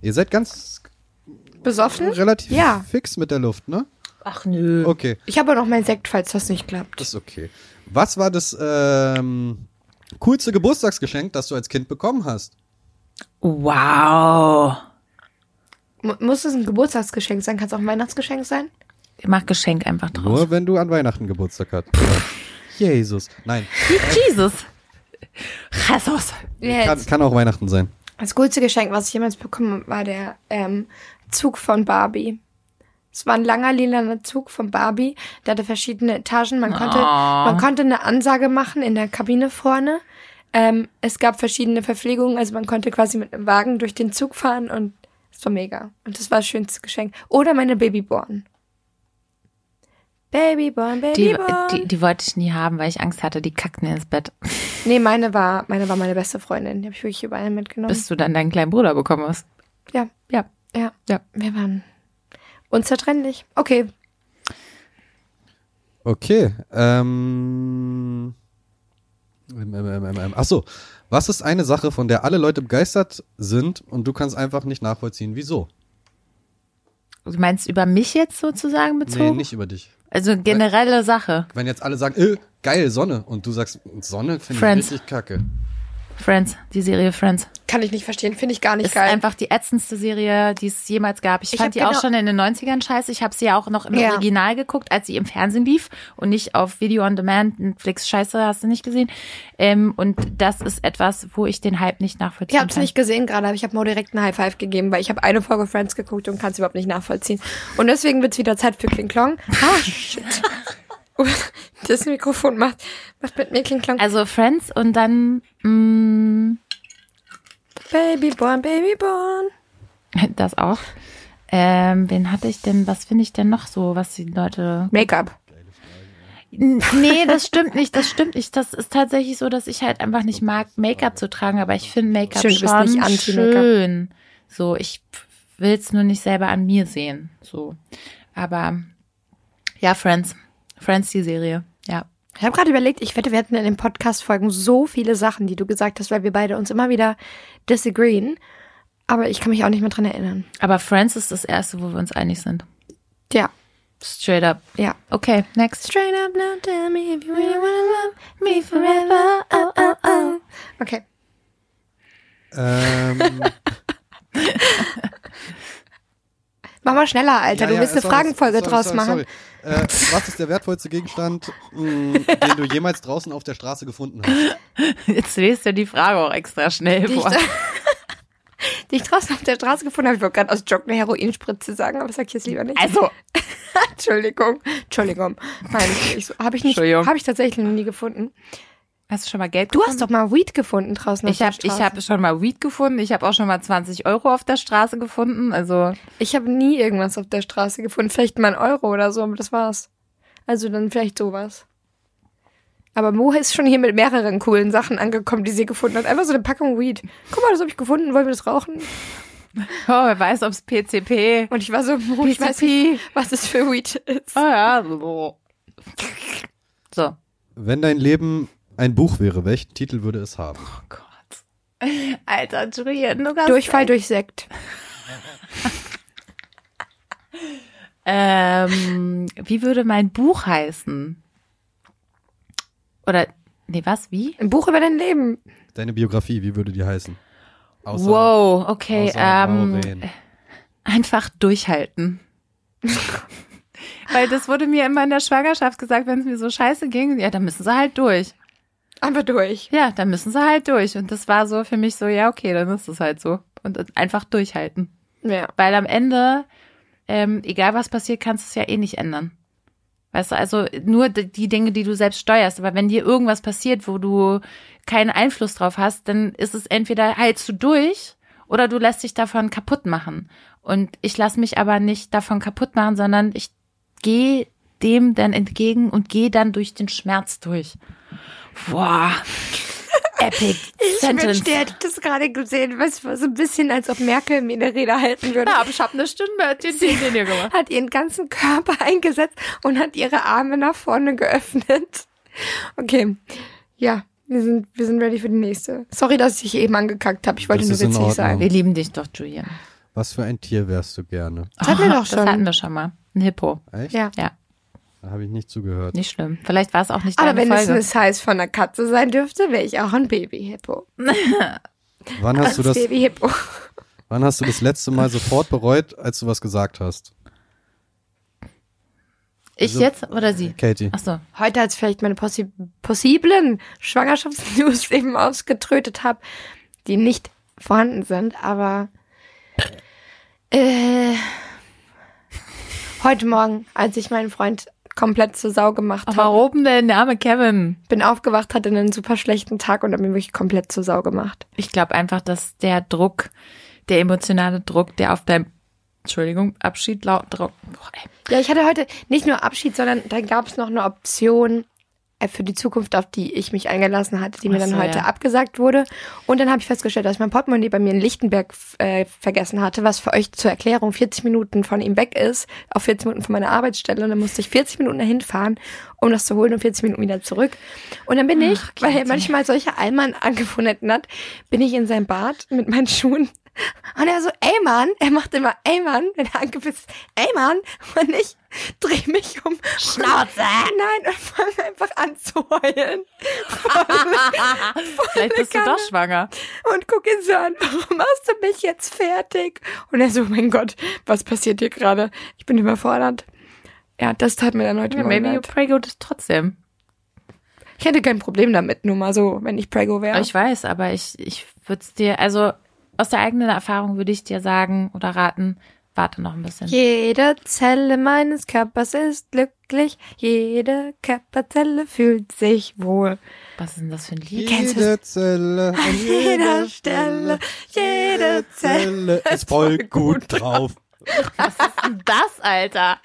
Speaker 3: Ihr seid ganz
Speaker 2: Mhm. Besoffen?
Speaker 3: relativ
Speaker 2: Ja.
Speaker 3: fix mit der Luft, ne?
Speaker 1: Ach nö.
Speaker 3: Okay,
Speaker 2: Ich habe auch noch meinen Sekt, falls das nicht klappt.
Speaker 3: das ist okay. Was war das ähm, coolste Geburtstagsgeschenk, das du als Kind bekommen hast?
Speaker 1: Wow.
Speaker 2: Mu- Muss es ein Geburtstagsgeschenk sein? Kann es auch ein Weihnachtsgeschenk sein?
Speaker 1: Ihr macht Geschenk einfach draus.
Speaker 3: Nur wenn du an Weihnachten Geburtstag hast. Jesus. Nein,
Speaker 1: Jesus. Jesus.
Speaker 3: kann, kann auch Weihnachten sein.
Speaker 2: Das coolste Geschenk, was ich jemals bekommen habe, war der ähm, Zug von Barbie. Es war ein langer lilaner Zug von Barbie. Der hatte verschiedene Etagen. Man konnte,
Speaker 1: Ah.
Speaker 2: man konnte eine Ansage machen in der Kabine vorne. Ähm, es gab verschiedene Verpflegungen. Also man konnte quasi mit einem Wagen durch den Zug fahren und es war mega. Und das war das schönste Geschenk. Oder meine Babyborn. Babyborn,
Speaker 1: Die,
Speaker 2: Babyborn.
Speaker 1: die, die wollte ich nie haben, weil ich Angst hatte, die kackten ins Bett.
Speaker 2: Nee, meine war, meine war meine beste Freundin. Die habe ich wirklich überall mitgenommen.
Speaker 1: Bis du dann deinen kleinen Bruder bekommen hast.
Speaker 2: ja.
Speaker 1: Ja.
Speaker 2: Ja.
Speaker 1: Ja.
Speaker 2: Wir waren unzertrennlich. Okay.
Speaker 3: Okay. Ähm, ähm, ähm, ähm, ähm. Achso, was ist eine Sache, von der alle Leute begeistert sind und du kannst einfach nicht nachvollziehen, wieso?
Speaker 1: Du meinst über mich jetzt sozusagen
Speaker 3: Nee,
Speaker 1: bezogen?
Speaker 3: nicht über dich.
Speaker 1: Also generelle Sache.
Speaker 3: Wenn jetzt alle sagen, äh, geil, Sonne, und du sagst, Sonne finde ich
Speaker 1: Friends.
Speaker 3: richtig kacke.
Speaker 1: Friends, die Serie Friends.
Speaker 2: Kann ich nicht verstehen. Finde ich gar nicht
Speaker 1: Ist
Speaker 2: geil.
Speaker 1: einfach die ätzendste Serie, die es jemals gab. Ich,
Speaker 2: Ich hab
Speaker 1: fand die
Speaker 2: genau-
Speaker 1: auch schon in den 90ern scheiße. Ich habe sie ja auch noch im
Speaker 2: Ja.
Speaker 1: Original geguckt, als sie im Fernsehen lief und nicht auf Video on Demand. Netflix scheiße, hast du nicht gesehen. Ähm, und das ist etwas, wo ich den Hype nicht
Speaker 2: ich
Speaker 1: nachvollziehen
Speaker 2: habe es
Speaker 1: kann.
Speaker 2: nicht gesehen gerade, aber ich habe Mo direkt einen High Five gegeben, weil ich habe eine Folge Friends geguckt und kann es überhaupt nicht nachvollziehen. Und deswegen wird's wieder Zeit für Kling Klong. Ah, shit. Oh, Das Mikrofon macht, macht mit mir Kling Klong.
Speaker 1: also Friends und dann mh,
Speaker 2: Babyborn, Babyborn.
Speaker 1: das auch. Ähm, wen hatte ich denn? Was finde ich denn noch so, was die Leute
Speaker 2: Make-up.
Speaker 1: N- Nee, das stimmt nicht, das stimmt nicht. Das ist tatsächlich so, dass ich halt einfach nicht mag, Make-up zu tragen, aber ich finde Make-up
Speaker 2: Schön, du bist
Speaker 1: schon
Speaker 2: nicht anti-Make-up.
Speaker 1: schön. So, ich will es nur nicht selber an mir sehen. So, aber ja, Friends, Friends die Serie, ja.
Speaker 2: Ich habe gerade überlegt, ich wette, wir hatten in den Podcast-Folgen so viele Sachen, die du gesagt hast, weil wir beide uns immer wieder disagreeen. Aber ich kann mich auch nicht mehr dran erinnern.
Speaker 1: Aber Friends ist das erste, wo wir uns einig sind.
Speaker 2: Ja,
Speaker 1: Straight up.
Speaker 2: ja.
Speaker 1: Okay, next.
Speaker 2: Straight up now, tell me if you really wanna love me forever. Oh, oh, oh. Okay.
Speaker 3: Ähm,
Speaker 2: Mach mal schneller, Alter.
Speaker 3: Ja,
Speaker 2: du
Speaker 3: ja,
Speaker 2: willst eine
Speaker 3: sorry,
Speaker 2: Fragenfolge
Speaker 3: sorry,
Speaker 2: draus
Speaker 3: sorry,
Speaker 2: machen.
Speaker 3: sorry. Äh, was ist der wertvollste Gegenstand, mh, den du jemals draußen auf der Straße gefunden hast?
Speaker 1: Jetzt lest du die Frage auch extra schnell
Speaker 2: Die ich,
Speaker 1: vor.
Speaker 2: da, die ich draußen auf der Straße gefunden habe. Ich wollte gerade aus Jock eine Heroinspritze sagen, aber das sag ich jetzt lieber nicht.
Speaker 1: Also,
Speaker 2: Entschuldigung. Entschuldigung. Nein, ich, habe ich nicht.
Speaker 1: Entschuldigung.
Speaker 2: Habe ich tatsächlich noch nie gefunden.
Speaker 1: hast du schon mal Geld
Speaker 2: Du hast doch mal Weed gefunden draußen
Speaker 1: Ich
Speaker 2: auf
Speaker 1: habe
Speaker 2: der
Speaker 1: ich
Speaker 2: Straße.
Speaker 1: hab schon mal Weed gefunden. Ich habe auch schon mal 20 Euro auf der Straße gefunden. Also
Speaker 2: Ich habe nie irgendwas auf der Straße gefunden. Vielleicht mal einen Euro oder so, aber das war's. Also dann vielleicht sowas. Aber Mo ist schon hier mit mehreren coolen Sachen angekommen, die sie gefunden hat. Einfach so eine Packung Weed. Guck mal, das habe ich gefunden. Wollen wir das rauchen?
Speaker 1: Oh, wer weiß, ob's PCP.
Speaker 2: Und ich war so, Mo, Oh, ich weiß nicht,
Speaker 1: PCP.
Speaker 2: was das für Weed ist.
Speaker 1: Oh ja, so. So.
Speaker 3: Wenn dein Leben ein Buch wäre, welchen Titel würde es haben?
Speaker 1: Oh Gott. Alter, Julian, du kannst.
Speaker 2: Durchfall durch Sekt.
Speaker 1: Ähm, wie würde mein Buch heißen? Oder, nee, was, wie?
Speaker 2: Ein Buch über dein Leben.
Speaker 3: Deine Biografie, wie würde die heißen? Außer,
Speaker 1: wow, okay,
Speaker 3: außer
Speaker 1: ähm,
Speaker 3: Maureen.
Speaker 1: einfach durchhalten. Weil das wurde mir immer in der Schwangerschaft gesagt, wenn es mir so scheiße ging, ja, dann müssen sie halt durch.
Speaker 2: Einfach durch.
Speaker 1: Ja, dann müssen sie halt durch. Und das war so für mich so, ja, okay, dann ist es halt so. Und einfach durchhalten.
Speaker 2: Ja.
Speaker 1: Weil am Ende, ähm, egal was passiert, kannst du es ja eh nicht ändern. Weißt du, also nur d- die Dinge, die du selbst steuerst. Aber wenn dir irgendwas passiert, wo du keinen Einfluss drauf hast, dann ist es entweder heilst du durch oder du lässt dich davon kaputt machen. Und ich lasse mich aber nicht davon kaputt machen, sondern ich gehe dem dann entgegen und gehe dann durch den Schmerz durch. Boah. Epic
Speaker 2: Ich
Speaker 1: Sentence.
Speaker 2: wünschte, ihr hättet das gerade gesehen. Weißt du, war so ein bisschen, als ob Merkel mir eine Rede halten würde.
Speaker 1: Ja, aber ich habe eine Stunde mit den Dingen hier gemacht.
Speaker 2: hat ihren ganzen Körper eingesetzt und hat ihre Arme nach vorne geöffnet. Okay. Ja, wir sind, wir sind ready für die nächste. Sorry, dass ich dich eben angekackt habe. Ich wollte
Speaker 3: Das
Speaker 2: nur
Speaker 3: ist in
Speaker 2: witzig
Speaker 3: Ordnung.
Speaker 2: sein.
Speaker 1: Wir lieben dich doch, Julian.
Speaker 3: Was für ein Tier wärst du gerne?
Speaker 2: Das hatten wir doch
Speaker 1: Das hatten
Speaker 2: schon.
Speaker 1: wir schon mal. Ein Hippo.
Speaker 3: Echt?
Speaker 2: Ja.
Speaker 1: Ja,
Speaker 3: Da habe ich nicht zugehört.
Speaker 1: nicht schlimm. Vielleicht war es auch nicht
Speaker 2: Aber
Speaker 1: deine
Speaker 2: wenn es
Speaker 1: Folge.
Speaker 2: eine Size von einer Katze sein dürfte, wäre ich auch ein Babyhippo.
Speaker 3: Wann hast, du
Speaker 2: Als
Speaker 3: das,
Speaker 2: Babyhippo.
Speaker 3: wann hast du das letzte Mal sofort bereut, als du was gesagt hast?
Speaker 1: ich
Speaker 3: also-
Speaker 1: jetzt oder sie?
Speaker 3: Katie.
Speaker 1: Ach so.
Speaker 2: Heute, als vielleicht meine possi possiblen Schwangerschaftsnews eben ausgetrötet habe, die nicht vorhanden sind, aber äh, heute Morgen, als ich meinen Freund komplett zur Sau gemacht habe,
Speaker 1: Warum denn der arme Kevin?
Speaker 2: bin aufgewacht, hatte einen super schlechten Tag und habe mich wirklich komplett zur Sau gemacht.
Speaker 1: Ich glaube einfach, dass der Druck, der emotionale Druck, der auf deinem, Entschuldigung, Abschied laut Druck. Boah, ey.
Speaker 2: Ja, ich hatte heute nicht nur Abschied, sondern dann gab es noch eine Option äh, für die Zukunft, auf die ich mich eingelassen hatte, die mir
Speaker 1: Ach
Speaker 2: dann
Speaker 1: so,
Speaker 2: heute
Speaker 1: ja.
Speaker 2: abgesagt wurde. Und dann habe ich festgestellt, dass ich mein Portemonnaie bei mir in Lichtenberg f- äh, vergessen hatte, was für euch zur Erklärung 40 Minuten von ihm weg ist, auf 40 Minuten von meiner Arbeitsstelle. Und dann musste ich 40 Minuten dahin fahren, um das zu holen und 40 Minuten wieder zurück. Und dann bin ich, weil er manchmal solche Allmann angefunden hat, bin ich in sein Bad mit meinen Schuhen und er so, ey Mann, er macht immer, ey Mann, wenn er angepisst ist, ey Mann, und ich dreh mich um. Schnauze! Nein, und fange einfach an zu heulen.
Speaker 1: Vielleicht bist du
Speaker 2: Kanne.
Speaker 1: doch schwanger.
Speaker 2: Und guck ihn so an, warum machst du mich jetzt fertig? Und er so, mein Gott, was passiert hier gerade? Ich bin überfordert. Ja, das tat mir dann heute
Speaker 1: Ja,
Speaker 2: Morgen
Speaker 1: maybe you
Speaker 2: leid.
Speaker 1: pray good trotzdem.
Speaker 2: Ich hätte kein Problem damit, nur mal so, wenn ich Prego wäre.
Speaker 1: Ich weiß, aber ich, ich würde es dir, also aus der eigenen Erfahrung würde ich dir sagen oder raten, warte noch ein bisschen.
Speaker 2: Jede Zelle meines Körpers ist glücklich. Jede Körperzelle fühlt sich wohl.
Speaker 1: Was ist denn das für ein Lied?
Speaker 2: kennst
Speaker 3: Jede Zelle an
Speaker 2: jeder Stelle, jede
Speaker 3: Zelle ist voll gut drauf.
Speaker 1: Was ist denn das, Alter?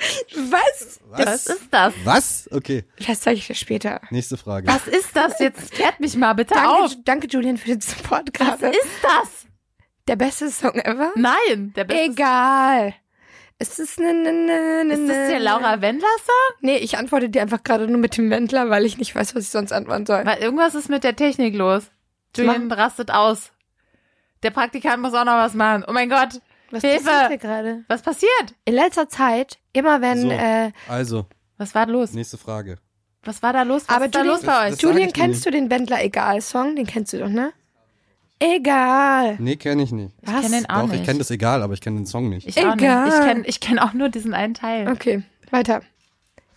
Speaker 2: Was?
Speaker 1: Was ist das?
Speaker 3: Was? Okay,
Speaker 2: Das zeige ich dir später.
Speaker 3: nächste Frage.
Speaker 1: Was ist das jetzt? Klärt mich mal bitte auf.
Speaker 2: Danke, danke, Julian, für den Support
Speaker 1: Was
Speaker 2: gerade.
Speaker 1: ist das?
Speaker 2: Der beste Song ever?
Speaker 1: Nein, der beste.
Speaker 2: Egal. Es ist ne, ne, ne, ne,
Speaker 1: Ist das der Laura Wendler Song?
Speaker 2: Nee, ich antworte dir einfach gerade nur mit dem Wendler, weil ich nicht weiß, was ich sonst antworten soll.
Speaker 1: Weil irgendwas ist mit der Technik los. Julian rastet aus. Der Praktikant muss auch noch was machen. Oh mein Gott,
Speaker 2: Was
Speaker 1: Hilfe!
Speaker 2: passiert hier gerade?
Speaker 1: was passiert?
Speaker 2: In letzter Zeit, immer wenn
Speaker 3: So.
Speaker 2: äh,
Speaker 3: Also,
Speaker 1: Was war los?
Speaker 3: nächste Frage.
Speaker 1: Was war da los? Was
Speaker 2: Aber
Speaker 1: ist da
Speaker 2: Julian-
Speaker 1: los bei
Speaker 3: Das-
Speaker 1: euch?
Speaker 3: sag
Speaker 2: Julian,
Speaker 3: ich
Speaker 2: kennst
Speaker 3: mir
Speaker 2: du den Wendler Egal Song? Den kennst du doch, ne? Egal.
Speaker 3: Nee, kenne ich nicht.
Speaker 1: Ich kenne den auch
Speaker 3: Doch,
Speaker 1: nicht.
Speaker 3: ich kenne das egal, aber ich kenne den Song nicht.
Speaker 1: Ich auch nicht.
Speaker 2: Egal.
Speaker 1: Ich kenne ich kenn auch nur diesen einen Teil.
Speaker 2: Okay, weiter.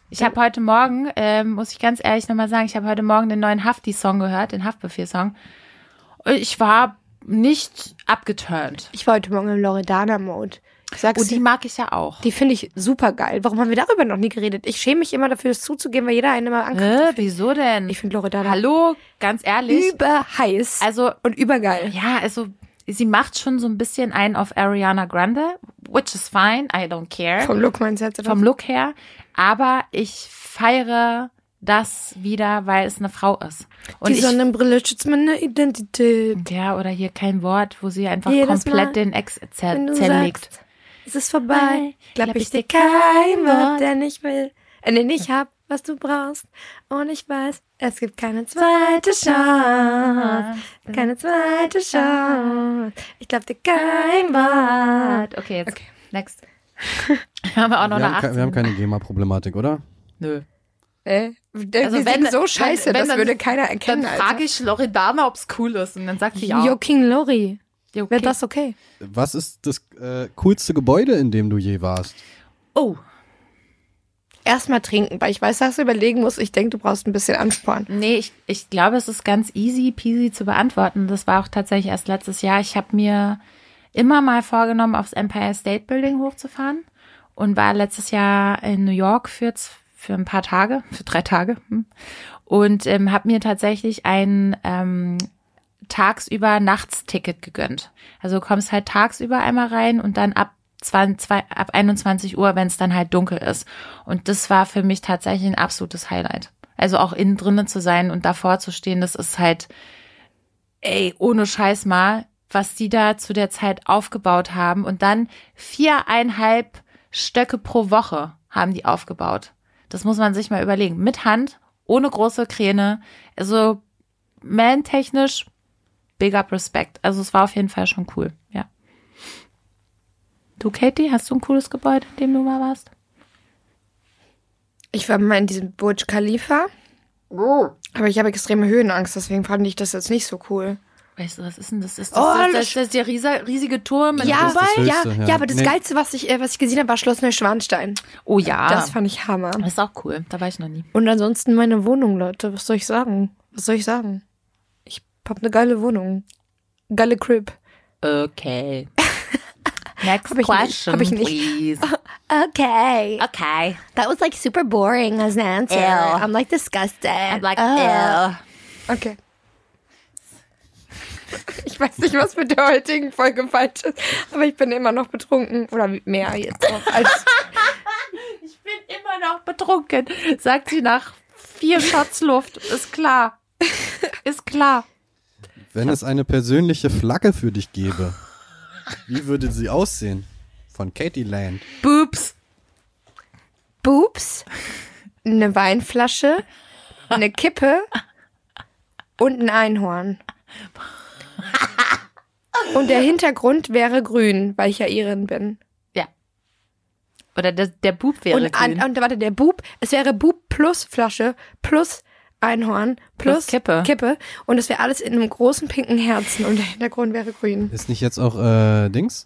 Speaker 1: Ich habe heute Morgen, ähm, muss ich ganz ehrlich nochmal sagen, ich habe heute Morgen den neuen Hafti-Song gehört, den Haftbefehl-Song. Ich war nicht abgeturnt.
Speaker 2: Ich war heute Morgen im Loredana-Mode. Ich sag's
Speaker 1: Oh, die
Speaker 2: dir,
Speaker 1: mag ich ja auch.
Speaker 2: die finde ich super geil. Warum haben wir darüber noch nie geredet? Ich schäme mich immer dafür, das zuzugeben, weil jeder einen immer anguckt.
Speaker 1: Äh, wieso denn?
Speaker 2: Ich finde Loredana
Speaker 1: Hallo, ganz ehrlich.
Speaker 2: überheiß
Speaker 1: Also,
Speaker 2: und übergeil.
Speaker 1: ja, also, sie macht schon so ein bisschen einen auf Ariana Grande, which is fine, I don't care.
Speaker 2: Vom Look meinst du jetzt? Oder?
Speaker 1: vom Look her. Aber ich feiere das wieder, weil es eine Frau ist. Und
Speaker 2: Die Sonnenbrille schützt meine Identität.
Speaker 1: ich, ja, oder hier kein Wort, wo sie einfach
Speaker 2: Jedes
Speaker 1: komplett
Speaker 2: Mal,
Speaker 1: den Ex
Speaker 2: Wenn
Speaker 1: zer
Speaker 2: du
Speaker 1: zerlegt.
Speaker 2: sagst, es ist vorbei, glaub,
Speaker 1: glaub
Speaker 2: ich dir kein Wort, denn ich will, äh, denn ich hab, was du brauchst. Und ich weiß, es gibt keine zweite Chance. Keine zweite Chance. Ich glaub dir kein Wort.
Speaker 1: Ah, Okay, jetzt. Next. haben wir auch noch eine
Speaker 3: wir, haben,
Speaker 1: 18.
Speaker 3: ke- wir haben keine GEMA-Problematik, oder?
Speaker 1: Nö.
Speaker 2: Äh,
Speaker 1: Also
Speaker 2: also
Speaker 1: wenn-
Speaker 2: wenn so
Speaker 1: wenn-
Speaker 2: scheiße,
Speaker 1: wenn,
Speaker 2: das
Speaker 1: dann-
Speaker 2: würde keiner erkennen.
Speaker 1: Dann frage ich Loredana, ob's cool ist. Und dann sagt sie ja.
Speaker 2: Alter. Jo King Lori.
Speaker 1: Jo,
Speaker 2: Wäre
Speaker 1: okay.
Speaker 2: das okay?
Speaker 3: Was ist das äh, coolste Gebäude, in dem du je warst?
Speaker 1: Oh,
Speaker 2: Erstmal trinken, weil ich weiß, dass du überlegen musst. Ich denke, du brauchst ein bisschen Ansporn.
Speaker 1: Nee, ich, ich glaube, es ist ganz easy peasy zu beantworten. Das war auch tatsächlich erst letztes Jahr. Ich habe mir immer mal vorgenommen, aufs Empire State Building hochzufahren und war letztes Jahr in New York für, z- für ein paar Tage, für drei Tage hm. und ähm, habe mir tatsächlich ein ähm, tagsüber Nachtsticket gegönnt. Also du kommst halt tagsüber einmal rein und dann ab 22, ab 21 Uhr, wenn es dann halt dunkel ist. Und das war für mich tatsächlich ein absolutes Highlight. Also auch innen drinnen zu sein und davor zu stehen, das ist halt, ey, ohne Scheiß mal, was die da zu der Zeit aufgebaut haben. Und dann viereinhalb Stöcke pro Woche haben die aufgebaut. Das muss man sich mal überlegen. Mit Hand, ohne große Kräne. Also man-technisch, big up Respekt. Also es war auf jeden Fall schon cool, ja. Du, Katie, hast du ein cooles Gebäude, in dem du mal warst?
Speaker 2: Ich war mal in diesem Burj Khalifa. Aber ich habe extreme Höhenangst, deswegen fand ich das jetzt nicht so cool.
Speaker 1: Weißt du, was ist denn das? Ist das,
Speaker 2: Oh,
Speaker 1: das,
Speaker 2: das-
Speaker 1: das, das ist der riese, riesige Turm? in
Speaker 3: Ja, das ist das
Speaker 2: aber-
Speaker 3: Höchste,
Speaker 2: ja,
Speaker 3: ja.
Speaker 2: ja, aber das
Speaker 3: Nee.
Speaker 2: Geilste, was ich, äh, was ich gesehen habe, war Schloss Neuschwanstein.
Speaker 1: Oh ja.
Speaker 2: Das
Speaker 1: Das,
Speaker 2: fand ich Hammer.
Speaker 1: ist auch cool. Da war ich noch nie.
Speaker 2: Ah. Und ansonsten meine Wohnung, Leute. Was soll ich sagen? Was soll ich sagen? Ich hab eine geile Wohnung. Geile Crib.
Speaker 1: Okay. Next
Speaker 2: Hab ich nicht,
Speaker 1: question,
Speaker 2: hab ich nicht.
Speaker 1: please.
Speaker 2: Okay.
Speaker 1: Okay.
Speaker 2: That was like super boring as an answer.
Speaker 1: Ew. I'm,
Speaker 2: like disgusted.
Speaker 1: I'm like, ew.
Speaker 2: Okay. Ich weiß nicht, was mit der heutigen Folge falsch ist, aber ich bin immer noch betrunken. Oder mehr jetzt auch als
Speaker 1: Ich bin immer noch betrunken, sagt sie nach vier Shots Luft. Ist klar. Ist klar.
Speaker 3: Wenn es eine persönliche Flagge für dich gäbe, wie würde sie aussehen? Von Katie Land.
Speaker 1: Boobs.
Speaker 2: Boobs, eine Weinflasche, eine Kippe und ein Einhorn. Und der Hintergrund wäre grün, weil ich ja Irin bin.
Speaker 1: Ja. Oder der, der Boob wäre
Speaker 2: Und, an,
Speaker 1: grün.
Speaker 2: und warte, der Bub, es wäre Bub plus Flasche plus Einhorn plus,
Speaker 1: Plus Kippe.
Speaker 2: Kippe. Und es wäre alles in einem großen pinken Herzen und der Hintergrund wäre grün.
Speaker 3: Ist nicht jetzt auch äh, Dings?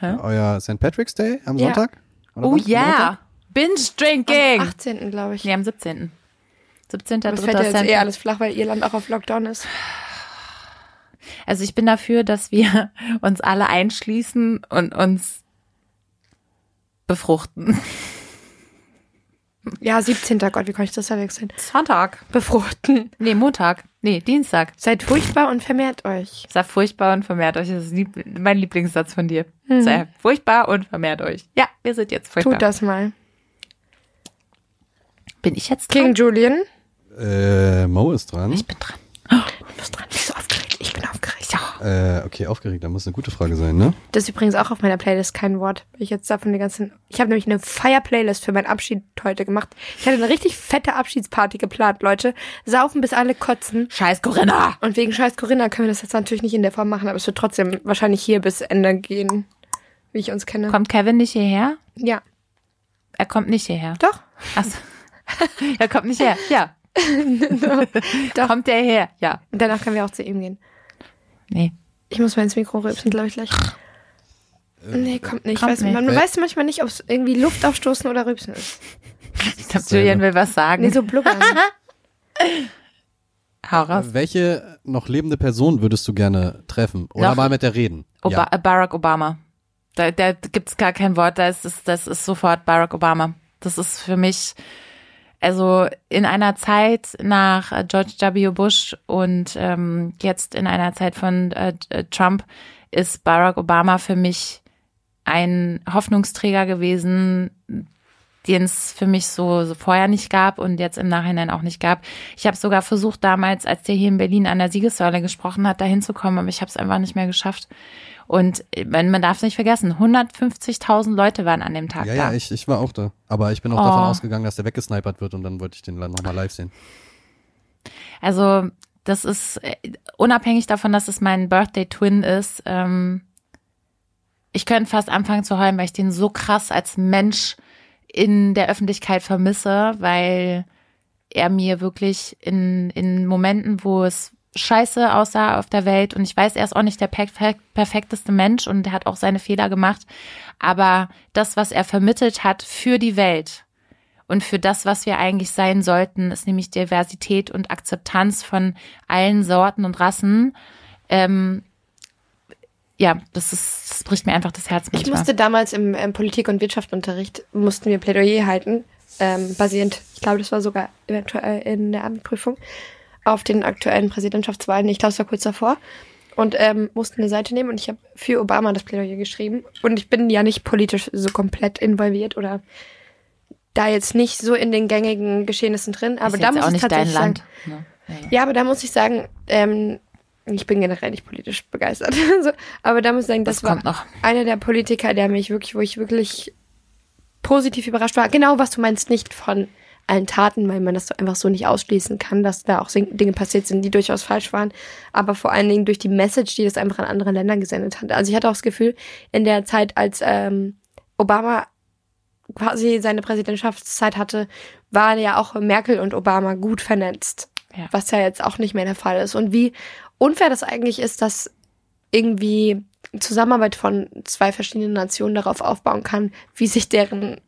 Speaker 1: Hä?
Speaker 3: Euer St. Patrick's Day am
Speaker 2: Ja.
Speaker 3: Sonntag? Oder
Speaker 1: oh
Speaker 3: wann? Am Sonntag?
Speaker 1: yeah. Binge drinking.
Speaker 2: Am 18. glaube ich.
Speaker 1: Nee, am 17. 17.
Speaker 2: das fällt ja jetzt
Speaker 1: Cent.
Speaker 2: eh alles flach, weil Irland auch auf Lockdown ist.
Speaker 1: Also ich bin dafür, dass wir uns alle einschließen und uns befruchten.
Speaker 2: Ja, 17. Gott, wie konnte ich das verwechseln?
Speaker 1: Sonntag.
Speaker 2: Befruchten.
Speaker 1: Nee, Montag. Nee, Dienstag.
Speaker 2: Seid furchtbar und vermehrt euch.
Speaker 1: Sei furchtbar und vermehrt euch. Das ist lieb mein Lieblingssatz von dir. Sei furchtbar und vermehrt euch. Ja, wir sind jetzt furchtbar.
Speaker 2: Mhm. Tut das mal.
Speaker 1: Bin ich jetzt dran?
Speaker 2: King Julian.
Speaker 3: Äh, Mo ist dran.
Speaker 1: Ich bin dran.
Speaker 2: Du bist dran. Bist du aufgeregt? Ich bin aufgeregt.
Speaker 3: Äh, okay, aufgeregt. Da muss eine gute Frage sein, ne?
Speaker 2: Das ist übrigens auch auf meiner Playlist kein Wort. weil Ich jetzt davon die ganzen. Ich habe nämlich eine Fire-Playlist für meinen Abschied heute gemacht. Ich hatte eine richtig fette Abschiedsparty geplant, Leute. Saufen bis alle kotzen.
Speaker 1: Scheiß Corinna.
Speaker 2: Und wegen scheiß Corinna können wir das jetzt natürlich nicht in der Form machen, aber es wird trotzdem wahrscheinlich hier bis Ende gehen, wie ich uns kenne.
Speaker 1: Kommt Kevin nicht hierher?
Speaker 2: Ja.
Speaker 1: Er kommt nicht hierher.
Speaker 2: Doch.
Speaker 1: Achso. er kommt nicht her. Ja.
Speaker 2: Doch.
Speaker 1: Kommt er her? Ja.
Speaker 2: Und danach können wir auch zu ihm gehen.
Speaker 1: Nee.
Speaker 2: Ich muss mal ins Mikro rülpsen, glaube ich gleich. Nee, kommt nicht.
Speaker 1: Kommt
Speaker 2: weiß, Man, man
Speaker 3: nicht.
Speaker 2: weiß manchmal nicht, ob es irgendwie Luft aufstoßen oder rübsen ist.
Speaker 1: Ich glaube, Julian will was sagen.
Speaker 2: Nee, so blubbern.
Speaker 1: Hau raus.
Speaker 3: Äh, Welche noch lebende Person würdest du gerne treffen? Oder
Speaker 1: Noch-
Speaker 3: mal mit der reden?
Speaker 1: Oba äh, Barack Obama. Da, da gibt's gar kein Wort, da ist, ist, das ist sofort Barack Obama. Das ist für mich, also in einer Zeit nach äh, George W. Bush und ähm, jetzt in einer Zeit von äh, äh, Trump ist Barack Obama für mich ein Hoffnungsträger gewesen, den es für mich so, so vorher nicht gab und jetzt im Nachhinein auch nicht gab. Ich habe sogar versucht damals, als der hier in Berlin an der Siegessäule gesprochen hat, da hinzukommen, aber ich habe es einfach nicht mehr geschafft. Und äh, man, man darf es nicht vergessen, 150.000 Leute waren an dem Tag
Speaker 3: Ja,
Speaker 1: da.
Speaker 3: ja, ich, ich war auch da. Aber ich bin auch
Speaker 1: Oh.
Speaker 3: davon ausgegangen, dass der weggesnipert wird und dann wollte ich den nochmal live sehen.
Speaker 1: Also das ist äh, unabhängig davon, dass es mein Birthday Twin ist. Ähm, ich könnte fast anfangen zu heulen, weil ich den so krass als Mensch in der Öffentlichkeit vermisse, weil er mir wirklich in, in Momenten, wo es scheiße aussah auf der Welt und ich weiß, er ist auch nicht der perf- perfekteste Mensch und er hat auch seine Fehler gemacht, aber das, was er vermittelt hat für die Welt, und für das, was wir eigentlich sein sollten, ist nämlich Diversität und Akzeptanz von allen Sorten und Rassen. Ähm, ja, das, ist, das bricht mir einfach das Herz
Speaker 2: Ich
Speaker 1: manchmal.
Speaker 2: musste damals im, ähm, Politik- und Wirtschaftsunterricht, mussten wir Plädoyer halten, ähm, basierend, ich glaube, das war sogar eventuell in der Abendprüfung, auf den aktuellen Präsidentschaftswahlen. Ich glaube, es war kurz davor. Und ähm, mussten eine Seite nehmen und ich habe für Obama das Plädoyer geschrieben. Und ich bin ja nicht politisch so komplett involviert oder da jetzt nicht so in den gängigen Geschehnissen drin. Aber
Speaker 1: ist
Speaker 2: da
Speaker 1: jetzt
Speaker 2: muss
Speaker 1: auch
Speaker 2: ich
Speaker 1: nicht dein
Speaker 2: tatsächlich sagen,
Speaker 1: Land. Ne? Ja, ja.
Speaker 2: ja, aber da muss ich sagen, ähm, ich bin generell nicht politisch begeistert. Also, aber da muss ich sagen, das,
Speaker 1: Das
Speaker 2: war
Speaker 1: kommt noch.
Speaker 2: einer der Politiker, der mich wirklich, wo ich wirklich positiv überrascht war. Genau, was du meinst, nicht von allen Taten, weil man das so einfach so nicht ausschließen kann, dass da auch Sing- Dinge passiert sind, die durchaus falsch waren, aber vor allen Dingen durch die Message, die das einfach an andere Länder gesendet hat. Also ich hatte auch das Gefühl, in der Zeit, als ähm, Obama quasi seine Präsidentschaftszeit hatte, waren ja auch Merkel und Obama gut vernetzt.
Speaker 1: Ja.
Speaker 2: Was ja jetzt auch nicht mehr der Fall ist. Und wie unfair das eigentlich ist, dass irgendwie Zusammenarbeit von zwei verschiedenen Nationen darauf aufbauen kann, wie sich deren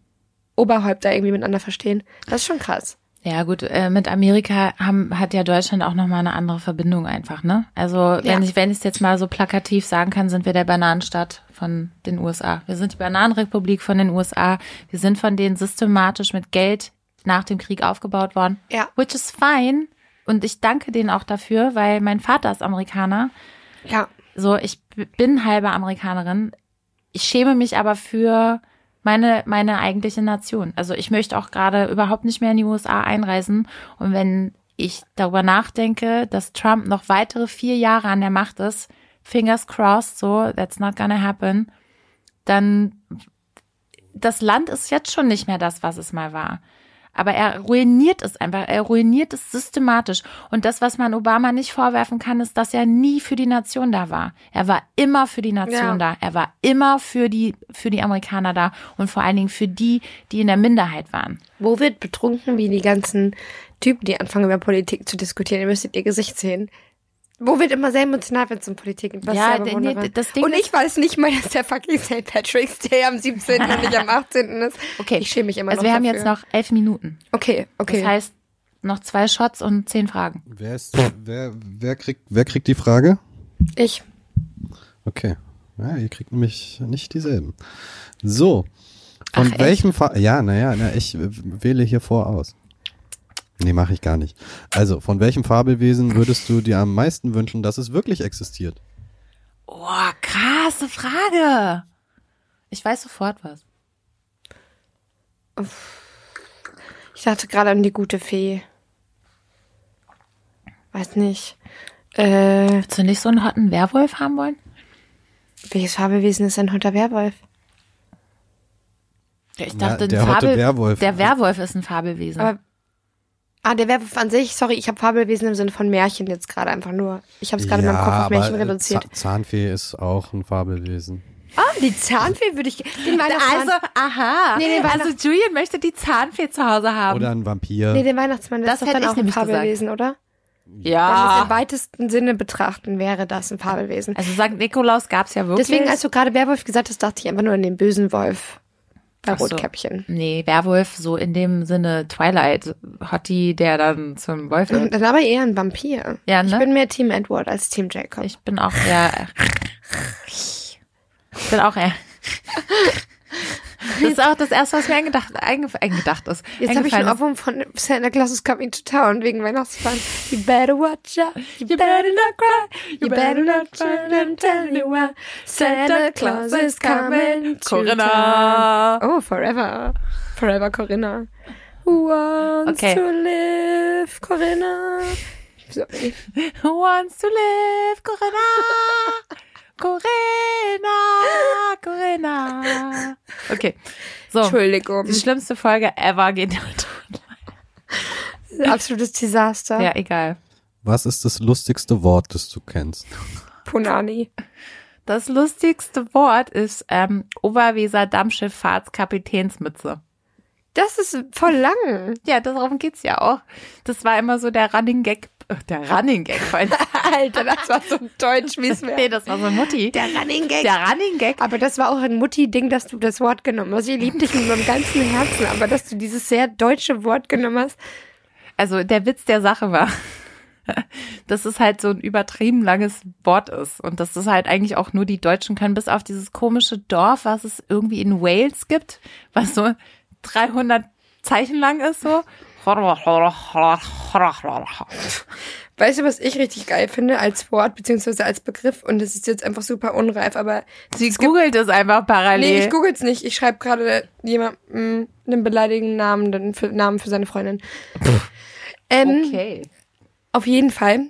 Speaker 2: Oberhäupter irgendwie miteinander verstehen. Das ist schon krass.
Speaker 1: Ja, gut, äh, mit Amerika haben, hat ja Deutschland auch nochmal eine andere Verbindung einfach, ne? Also, wenn
Speaker 2: Ja.
Speaker 1: ich, wenn ich es jetzt mal so plakativ sagen kann, sind wir der Bananenstaat von den USA. Wir sind die Bananenrepublik von den USA. Wir sind von denen systematisch mit Geld nach dem Krieg aufgebaut worden.
Speaker 2: Ja.
Speaker 1: Which is fine. Und ich danke denen auch dafür, weil mein Vater ist Amerikaner.
Speaker 2: Ja.
Speaker 1: So, ich b- bin halbe Amerikanerin. Ich schäme mich aber für meine, meine eigentliche Nation. Also ich möchte auch gerade überhaupt nicht mehr in die USA einreisen. Und wenn ich darüber nachdenke, dass Trump noch weitere vier Jahre an der Macht ist, fingers crossed, so, that's not gonna happen, dann das Land ist jetzt schon nicht mehr das, was es mal war. Aber er ruiniert es einfach, er ruiniert es systematisch. Und das, was man Obama nicht vorwerfen kann, ist, dass er nie für die Nation da war. Er war immer für die Nation
Speaker 2: Ja.
Speaker 1: da. Er war immer für die, für die Amerikaner da und vor allen Dingen für die, die in der Minderheit waren.
Speaker 2: Wo wird betrunken wie die ganzen Typen, die anfangen über Politik zu diskutieren? Ihr müsstet ihr Gesicht sehen. Wo wird immer sehr emotional, wenn es um Politik geht? Was
Speaker 1: Ja,
Speaker 2: ich sehr
Speaker 1: d-
Speaker 2: bewundere.
Speaker 1: nee, d- das Ding
Speaker 2: Und
Speaker 1: ist-
Speaker 2: ich weiß nicht mal, dass der fucking St. Patrick's Day am 17. und nicht am 18. ist.
Speaker 1: Okay.
Speaker 2: Ich schäme mich immer
Speaker 1: Also
Speaker 2: noch
Speaker 1: wir haben
Speaker 2: dafür.
Speaker 1: jetzt noch elf Minuten.
Speaker 2: Okay, okay.
Speaker 1: Das heißt, noch zwei Shots und zehn Fragen.
Speaker 3: Wer, ist, wer, wer, kriegt, wer kriegt die Frage?
Speaker 2: ich.
Speaker 3: Okay. Ja, ihr kriegt nämlich nicht dieselben. So. Von
Speaker 1: Ach, echt?
Speaker 3: welchem Fa Ja, naja, na, ich äh, wähle hier vor aus. Nee, mache ich gar nicht. Also, von welchem Fabelwesen würdest du dir am meisten wünschen, dass es wirklich existiert?
Speaker 1: Oh, krasse Frage. Ich weiß sofort was.
Speaker 2: Ich dachte gerade an die gute Fee. Weiß nicht. Äh,
Speaker 1: Willst du nicht so einen hotten Werwolf haben wollen?
Speaker 2: welches Fabelwesen ist ein Hunter Werwolf?
Speaker 1: Ich
Speaker 3: Na,
Speaker 1: dachte, ein
Speaker 3: der hotte Werwolf.
Speaker 1: Der Werwolf ist ein Fabelwesen.
Speaker 2: Aber- Ah, der Werwolf an sich, sorry, ich habe Fabelwesen im Sinne von Märchen jetzt gerade einfach nur. Ich habe es gerade in meinem Kopf auf Märchen
Speaker 3: aber, äh,
Speaker 2: reduziert.
Speaker 3: Zahn- Zahnfee ist auch ein Fabelwesen.
Speaker 2: Ah, die Zahnfee würde ich. Den Weihnachtsmann.
Speaker 1: also, aha.
Speaker 2: Nee, nee, war
Speaker 1: also Julian möchte die Zahnfee zu Hause haben.
Speaker 3: Oder ein Vampir.
Speaker 2: Ähm, nee, den Weihnachtsmann, das,
Speaker 1: Das
Speaker 2: ist doch
Speaker 1: hätte
Speaker 2: dann
Speaker 1: ich
Speaker 2: auch ein
Speaker 1: nämlich gesagt.
Speaker 2: Fabelwesen, oder? Wenn wir es im
Speaker 1: Ja.
Speaker 2: weitesten Sinne betrachten, wäre das ein Fabelwesen.
Speaker 1: Also St. Nikolaus gab's ja wirklich.
Speaker 2: Deswegen, als du gerade Werwolf gesagt hast, dachte ich einfach nur an den bösen Wolf bei
Speaker 1: Ach so.
Speaker 2: Rotkäppchen.
Speaker 1: Nee, Werwolf, so in dem Sinne Twilight, Hottie, der dann zum Wolf wird.
Speaker 2: Ähm, Dann aber eher ein Vampir.
Speaker 1: Ja, ne?
Speaker 2: Ich bin mehr Team Edward als Team Jacob.
Speaker 1: Ich bin auch eher. Ich bin auch eher. Das ist auch das Erste, was mir eingedacht, eingef eingedacht ist.
Speaker 2: Jetzt habe ich
Speaker 1: eingefallen
Speaker 2: einen
Speaker 1: ist.
Speaker 2: Ohrwurm von Santa Claus is Coming to Town wegen Weihnachtsfeiern. You better watch out, you better not cry, you better not try, I'm telling you why. Santa Claus is coming to town.
Speaker 1: Corinna.
Speaker 2: Oh, forever. Forever Corinna. Who wants
Speaker 1: Okay.
Speaker 2: to live, Corinna? So,
Speaker 1: Who wants to live? Corinna. Corinna. Corinna. Okay.
Speaker 2: Oh.
Speaker 1: So.
Speaker 2: Entschuldigung.
Speaker 1: Die schlimmste Folge ever geht heute.
Speaker 2: Absolutes Desaster.
Speaker 1: Ja, egal.
Speaker 3: Was ist das lustigste Wort, das du kennst?
Speaker 2: Punani.
Speaker 1: Das lustigste Wort ist ähm, Oberweser Dampfschifffahrtskapitänsmütze.
Speaker 2: Das ist voll lang.
Speaker 1: Ja, darum geht's ja auch. Das war immer so der Running Gag. äh, Der Running Gag. vor allem.
Speaker 2: Alter, das war so deutsch, wie es
Speaker 1: nee,
Speaker 2: wäre.
Speaker 1: das war so Mutti.
Speaker 2: Der Running Gag.
Speaker 1: Der Running Gag.
Speaker 2: Aber das war auch ein Mutti-Ding, dass du das Wort genommen hast. Ich liebe dich mit meinem ganzen Herzen, aber dass du dieses sehr deutsche Wort genommen hast.
Speaker 1: Also der Witz der Sache war, dass es halt so ein übertrieben langes Wort ist und dass das halt eigentlich auch nur die Deutschen können, bis auf dieses komische Dorf, was es irgendwie in Wales gibt, was so 300 Zeichen lang ist so.
Speaker 2: Weißt du, was ich richtig geil finde als Wort, beziehungsweise als Begriff? Und das ist jetzt einfach super unreif, aber
Speaker 1: Sie googelt es einfach parallel.
Speaker 2: Nee, ich googel's nicht. Ich schreibe gerade jemandem einen beleidigenden Namen, den für, Namen für seine Freundin. Ähm,
Speaker 1: okay.
Speaker 2: Auf jeden Fall.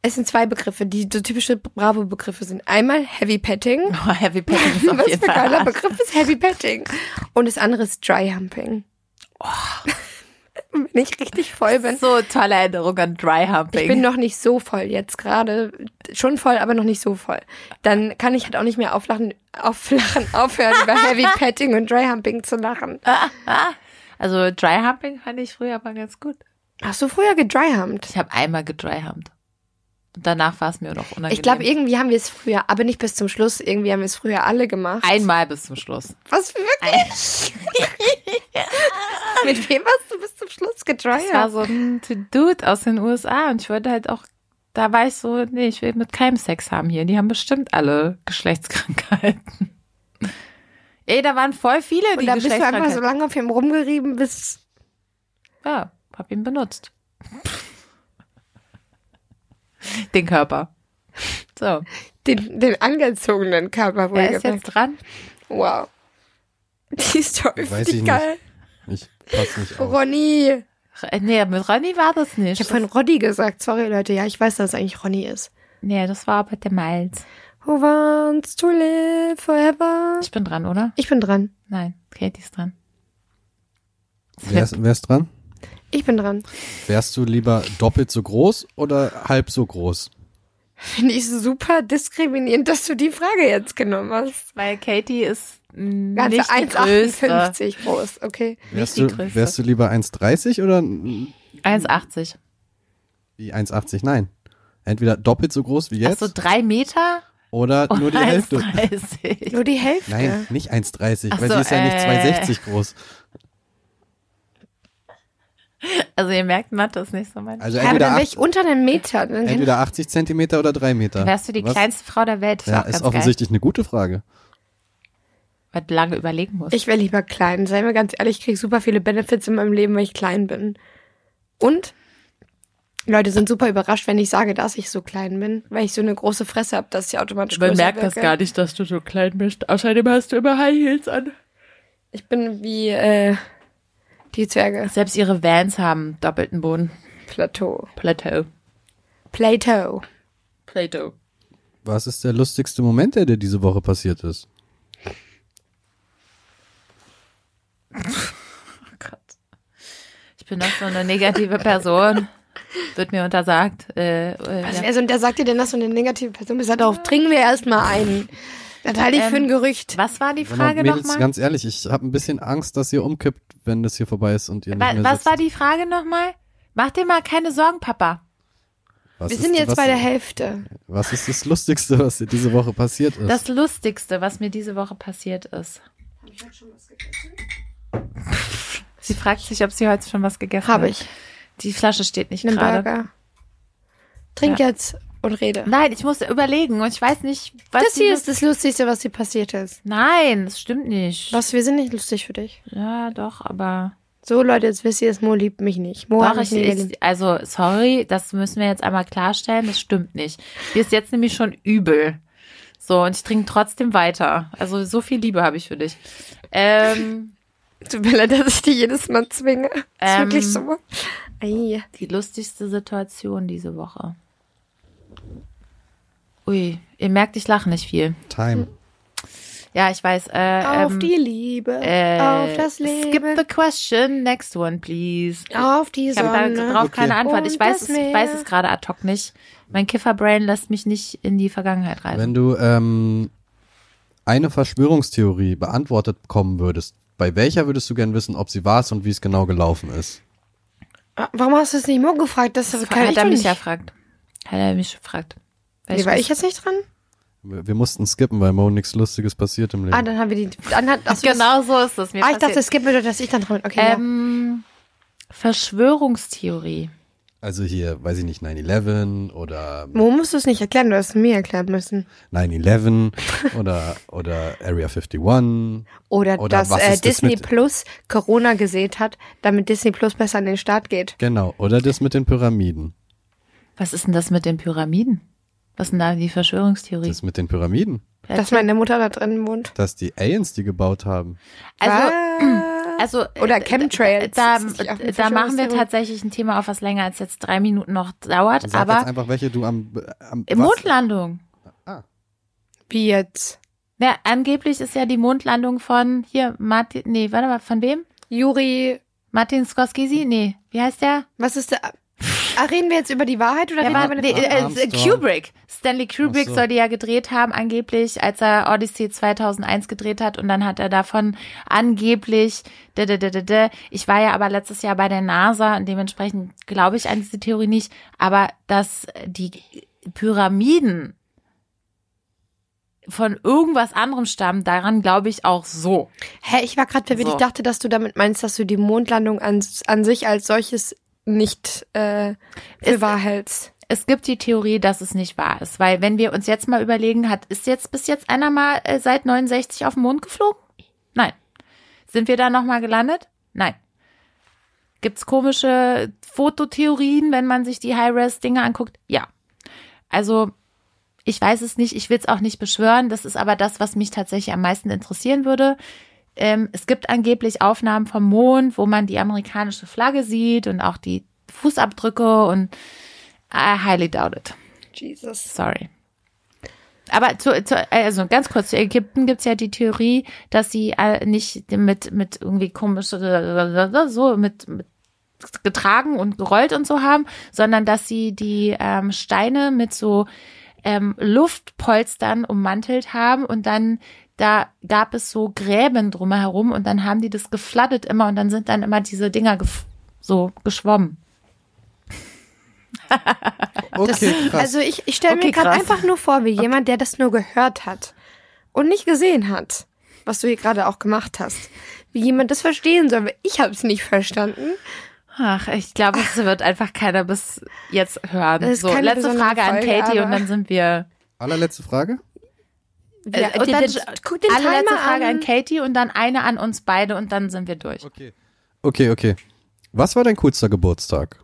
Speaker 2: Es sind zwei Begriffe, die so typische Bravo-Begriffe sind. Einmal Heavy Petting.
Speaker 1: Oh, Heavy Petting ist auf
Speaker 2: Was
Speaker 1: jeden
Speaker 2: für ein geiler
Speaker 1: Fall.
Speaker 2: Begriff ist Heavy Petting? Und das andere ist Dry Humping. Wenn ich richtig voll bin.
Speaker 1: Oh. So tolle Erinnerung an Dry Humping.
Speaker 2: Ich bin noch nicht so voll jetzt gerade. Schon voll, aber noch nicht so voll. Dann kann ich halt auch nicht mehr auflachen, auflachen, aufhören, über Heavy Petting und Dry Humping zu lachen.
Speaker 1: also Dry Humping fand ich früher mal ganz gut.
Speaker 2: Hast du früher gedryhumped?
Speaker 1: Ich habe einmal gedryhumped. Und danach war es mir noch unangenehm.
Speaker 2: Ich glaube, irgendwie haben wir es früher, aber nicht bis zum Schluss. Irgendwie haben wir es früher alle gemacht.
Speaker 1: einmal bis zum Schluss.
Speaker 2: Was für wirklich? Mit wem hast du bis zum Schluss
Speaker 1: Es war
Speaker 2: gedryhumped?
Speaker 1: so ein Dude aus den USA und ich wollte halt auch, da war ich so, nee, ich will mit keinem Sex haben hier. Die haben bestimmt alle Geschlechtskrankheiten. Ey, da waren voll viele, die
Speaker 2: Und da bist du einfach so
Speaker 1: Geschlechtskrankheiten.
Speaker 2: lange auf ihm rumgerieben, bis
Speaker 1: ja, hab ihn benutzt. Den Körper. So,
Speaker 2: den, den angezogenen Körper
Speaker 1: wer ist
Speaker 2: wohlgemerkt.
Speaker 1: jetzt dran?
Speaker 2: Wow. Die Story
Speaker 3: Weiß
Speaker 2: finde
Speaker 3: ich
Speaker 2: ich geil.
Speaker 3: Ich pass nicht auf.
Speaker 2: Oh. Ronny.
Speaker 1: R- Äh, Nee, mit Ronny war das
Speaker 2: Ich
Speaker 1: nicht.
Speaker 2: habe von Roddy gesagt. Sorry, Leute. Ja, ich weiß, dass es eigentlich Ronny ist.
Speaker 1: nee, das war aber der Miles.
Speaker 2: Who wants to live forever?
Speaker 1: Ich bin dran, oder?
Speaker 2: Ich bin dran.
Speaker 1: Nein, Katie ist dran.
Speaker 3: Wer ist, wer ist dran?
Speaker 2: Ich bin dran.
Speaker 3: Wärst du lieber doppelt so groß oder halb so groß?
Speaker 2: Finde ich super diskriminierend, dass du die Frage jetzt genommen hast.
Speaker 1: Weil Katie ist mm,
Speaker 2: Ganze
Speaker 1: nicht die größte.
Speaker 2: 1,58 groß, okay.
Speaker 3: Wärst
Speaker 1: die
Speaker 3: du,
Speaker 1: größte.
Speaker 3: wärst du lieber 1,30 oder mm,
Speaker 1: 1,80.
Speaker 3: die 1,80? Nein. Entweder doppelt so groß wie jetzt
Speaker 1: Also drei Oh, Meter
Speaker 3: oder nur
Speaker 1: und
Speaker 3: die Hälfte.
Speaker 1: 1,30.
Speaker 2: Nur die Hälfte.
Speaker 3: Nein, Also nicht 1,30,
Speaker 1: Ach
Speaker 3: weil
Speaker 1: so,
Speaker 3: sie ist ja
Speaker 1: äh.
Speaker 3: nicht 2,60 groß.
Speaker 1: Also ihr merkt, Mathe ist nicht so mein.
Speaker 3: Also
Speaker 2: Ja, aber
Speaker 3: entweder,
Speaker 2: dann wäre
Speaker 3: acht,
Speaker 2: ich unter den Meter. Dann kann
Speaker 3: entweder 80 Zentimeter oder 3 Meter.
Speaker 1: Wärst du die
Speaker 3: Was?
Speaker 1: kleinste Frau der Welt?
Speaker 3: Ja,
Speaker 1: auch
Speaker 3: ist
Speaker 1: ganz
Speaker 3: offensichtlich eine gute
Speaker 1: Geil,
Speaker 3: Frage.
Speaker 1: weil du lange überlegen musst.
Speaker 2: ich wäre lieber klein. Seien wir ganz ehrlich, ich kriege super viele Benefits in meinem Leben, weil ich klein bin. Und Leute sind super überrascht, wenn ich sage, dass ich so klein bin, weil ich so eine große Fresse habe, dass ich automatisch größer wirke.
Speaker 1: nicht, dass du so klein bist. Außerdem hast du immer High Heels an.
Speaker 2: Ich bin wie äh, die Zwerge.
Speaker 1: Selbst ihre Vans haben doppelten Boden.
Speaker 2: Plateau.
Speaker 1: Plateau.
Speaker 2: Plateau.
Speaker 1: Plateau.
Speaker 3: Was ist der lustigste Moment, der dir diese Woche passiert ist?
Speaker 1: Oh Gott. Ich bin doch so eine negative Person. Wird mir untersagt. Äh, äh,
Speaker 2: Was
Speaker 1: ja.
Speaker 2: wäre so, Also, und der sagt dir denn, dass du eine negative Person bist? Ja, Darauf trinken wir erstmal ein. Das halte ich für ein Gerücht.
Speaker 1: Ähm, Was war die
Speaker 3: Sag mal,
Speaker 1: Frage
Speaker 3: Mädels,
Speaker 1: nochmal?
Speaker 3: ganz ehrlich, ich habe ein bisschen Angst, dass ihr umkippt, wenn das hier vorbei ist und ihr nicht
Speaker 1: Wa
Speaker 3: mehr
Speaker 1: was
Speaker 3: sitzt.
Speaker 1: war die Frage nochmal? Mach dir mal keine Sorgen, Papa.
Speaker 3: Was
Speaker 2: Wir
Speaker 3: ist-
Speaker 2: sind jetzt
Speaker 3: was,
Speaker 2: bei der Hälfte.
Speaker 3: Was ist das Lustigste, was dir diese Woche passiert ist?
Speaker 1: Das Lustigste, was mir diese Woche passiert ist. Sie fragt sich, ob sie heute schon was gegessen hat.
Speaker 2: Habe ich.
Speaker 1: Die Flasche steht nicht
Speaker 2: Einen
Speaker 1: gerade.
Speaker 2: Burger. Trink jetzt und rede.
Speaker 1: Nein, ich muss überlegen und ich weiß nicht, was
Speaker 2: Das hier
Speaker 1: dieses-
Speaker 2: ist das Lustigste, was dir passiert ist.
Speaker 1: Nein, das stimmt nicht.
Speaker 2: Was, wir sind nicht lustig für dich.
Speaker 1: Ja, doch, aber.
Speaker 2: So, Leute, jetzt wisst ihr es, Mo liebt mich nicht. Mo hat
Speaker 1: Doch,
Speaker 2: mich
Speaker 1: ich,
Speaker 2: Oh, nie geliebt.
Speaker 1: ich, also, sorry, das müssen wir jetzt einmal klarstellen, das stimmt nicht. Mir ist jetzt nämlich schon übel. So, und ich trinke trotzdem weiter. Also, so viel Liebe habe ich für dich. Ähm,
Speaker 2: Tut mir leid, dass ich dich jedes Mal zwinge. ist
Speaker 1: Ähm.
Speaker 2: wirklich so. Ei.
Speaker 1: die lustigste Situation diese Woche. Ui, ihr merkt, ich lache nicht viel.
Speaker 3: Time.
Speaker 1: Ja, ich weiß. Äh,
Speaker 2: Auf
Speaker 1: ähm,
Speaker 2: die Liebe,
Speaker 1: äh,
Speaker 2: auf das
Speaker 1: Skip
Speaker 2: Leben,
Speaker 1: the question, next one, please.
Speaker 2: auf die
Speaker 1: Ich habe
Speaker 2: Sonne.
Speaker 1: darauf keine
Speaker 3: Okay.
Speaker 1: Antwort. Ich
Speaker 2: Und
Speaker 1: weiß,
Speaker 2: das
Speaker 1: es, ich weiß
Speaker 2: Meer.
Speaker 1: es gerade ad hoc nicht. Mein Kifferbrain lässt mich nicht in die Vergangenheit reisen.
Speaker 3: Wenn du ähm, eine Verschwörungstheorie beantwortet bekommen würdest, bei welcher würdest du gern wissen, ob sie war und wie es genau gelaufen ist?
Speaker 2: Ah, Warum hast du es nicht Mo gefragt? Das,
Speaker 1: Das
Speaker 2: kann
Speaker 1: hat
Speaker 2: ich
Speaker 1: er
Speaker 2: doch
Speaker 1: mich
Speaker 2: nicht.
Speaker 1: ja gefragt. Hat er mich gefragt. Weil
Speaker 2: Nee, war
Speaker 1: wusste-
Speaker 2: ich jetzt nicht dran?
Speaker 3: Wir wir mussten skippen, weil Mo nichts Lustiges passiert im Leben.
Speaker 2: Ah, dann haben wir die. Dann hat, achso, das-
Speaker 1: genau so ist es mir
Speaker 2: Ah, ich dachte,
Speaker 1: passiert.
Speaker 2: es gibt mir, dass ich dann dran bin. Okay. ja.
Speaker 1: ähm, Verschwörungstheorie.
Speaker 3: also hier, weiß ich nicht, 9-11 oder
Speaker 2: Mo musst du es nicht erklären, du hast es mir erklären müssen.
Speaker 3: 9-11 oder, oder Area 51.
Speaker 2: Oder,
Speaker 3: Oder
Speaker 2: dass
Speaker 3: was
Speaker 2: äh,
Speaker 3: ist das
Speaker 2: Disney
Speaker 3: mit-
Speaker 2: Plus Corona gesät hat, damit Disney Plus besser an den Start geht.
Speaker 3: Genau, oder das mit den Pyramiden.
Speaker 1: Was ist denn das mit den Pyramiden? Was ist denn da die Verschwörungstheorie?
Speaker 3: Das mit den Pyramiden.
Speaker 2: Dass meine Mutter da drin wohnt.
Speaker 3: Dass die Aliens die gebaut haben.
Speaker 1: also,
Speaker 2: Was?
Speaker 1: also äh,
Speaker 2: Oder Chemtrails.
Speaker 1: Da,
Speaker 2: Ist das nicht auch
Speaker 1: da,
Speaker 2: eine
Speaker 1: da machen wir
Speaker 2: Verschwörungstheorie?
Speaker 1: tatsächlich ein Thema auf, was länger als jetzt drei Minuten noch dauert.
Speaker 3: Sag jetzt
Speaker 1: Aber
Speaker 3: einfach, welche du am, am
Speaker 1: im
Speaker 3: was-
Speaker 1: Mondlandung.
Speaker 2: Wie jetzt?
Speaker 1: Ja, angeblich ist ja die Mondlandung von hier Martin, nee, warte mal, von wem?
Speaker 2: Juri,
Speaker 1: Martin Scorsese? Nee, wie heißt der?
Speaker 2: was ist da? Ah, reden wir jetzt über die Wahrheit oder
Speaker 1: der
Speaker 2: reden
Speaker 1: war,
Speaker 2: wir über
Speaker 1: nee,
Speaker 2: die
Speaker 1: äh, äh,
Speaker 3: Armstrong.
Speaker 1: Kubrick. Stanley Kubrick
Speaker 3: Ach so.
Speaker 1: soll die ja gedreht haben, angeblich, als er Odyssey 2001 gedreht hat. Und dann hat er davon angeblich, da, da, da, da, da. ich war ja aber letztes Jahr bei der NASA und dementsprechend glaube ich an diese Theorie nicht. Aber dass die Pyramiden von irgendwas anderem stammen, daran glaube ich auch so.
Speaker 2: Hä, ich war gerade verwirrt.
Speaker 1: So.
Speaker 2: Ich dachte, dass du damit meinst, dass du die Mondlandung an, an sich als solches nicht äh, für
Speaker 1: Ist-
Speaker 2: wahr hältst.
Speaker 1: es gibt die Theorie, dass es nicht wahr ist, weil wenn wir uns jetzt mal überlegen, hat ist jetzt bis jetzt einer mal äh, seit 69 auf den Mond geflogen? Nein. Sind wir da noch mal gelandet? Nein. Gibt's komische Fototheorien, wenn man sich die High-Res Dinge anguckt? Ja. Also ich weiß es nicht, ich will es auch nicht beschwören, das ist aber das, was mich tatsächlich am meisten interessieren würde. Ähm, es gibt angeblich Aufnahmen vom Mond, wo man die amerikanische Flagge sieht und auch die Fußabdrücke und I highly doubt it.
Speaker 2: Jesus.
Speaker 1: Sorry. Aber zu, zu, also ganz kurz, zu Ägypten gibt's ja die Theorie, dass sie äh, nicht mit, mit irgendwie komisch äh, so mit, mit getragen und gerollt und so haben, sondern dass sie die ähm, Steine mit so ähm, Luftpolstern ummantelt haben und dann da gab es so Gräben drumherum und dann haben die das geflattet immer und dann sind dann immer diese Dinger gef so geschwommen.
Speaker 3: Okay, krass.
Speaker 2: Also ich, ich stelle
Speaker 1: Okay,
Speaker 2: mir gerade
Speaker 1: krass.
Speaker 2: einfach nur vor, wie jemand, der das nur gehört hat und nicht gesehen hat, was du hier gerade auch gemacht hast. Wie jemand das verstehen soll, weil ich habe es nicht verstanden.
Speaker 1: Ach, ich glaube, es wird einfach keiner bis jetzt hören.
Speaker 2: Das ist
Speaker 1: so,
Speaker 2: keine
Speaker 1: letzte
Speaker 2: besondere
Speaker 1: Frage an
Speaker 2: Folge,
Speaker 1: Katie und
Speaker 2: aber-
Speaker 1: dann sind wir.
Speaker 3: Allerletzte Frage.
Speaker 2: Ja,
Speaker 1: Äh, und
Speaker 2: den-
Speaker 1: dann,
Speaker 2: den- guck den
Speaker 1: alle letzte
Speaker 2: Timer
Speaker 1: Frage an.
Speaker 2: an.
Speaker 1: Katie und dann eine an uns beide und dann sind wir durch.
Speaker 3: Okay. Okay, okay. Was war dein coolster Geburtstag?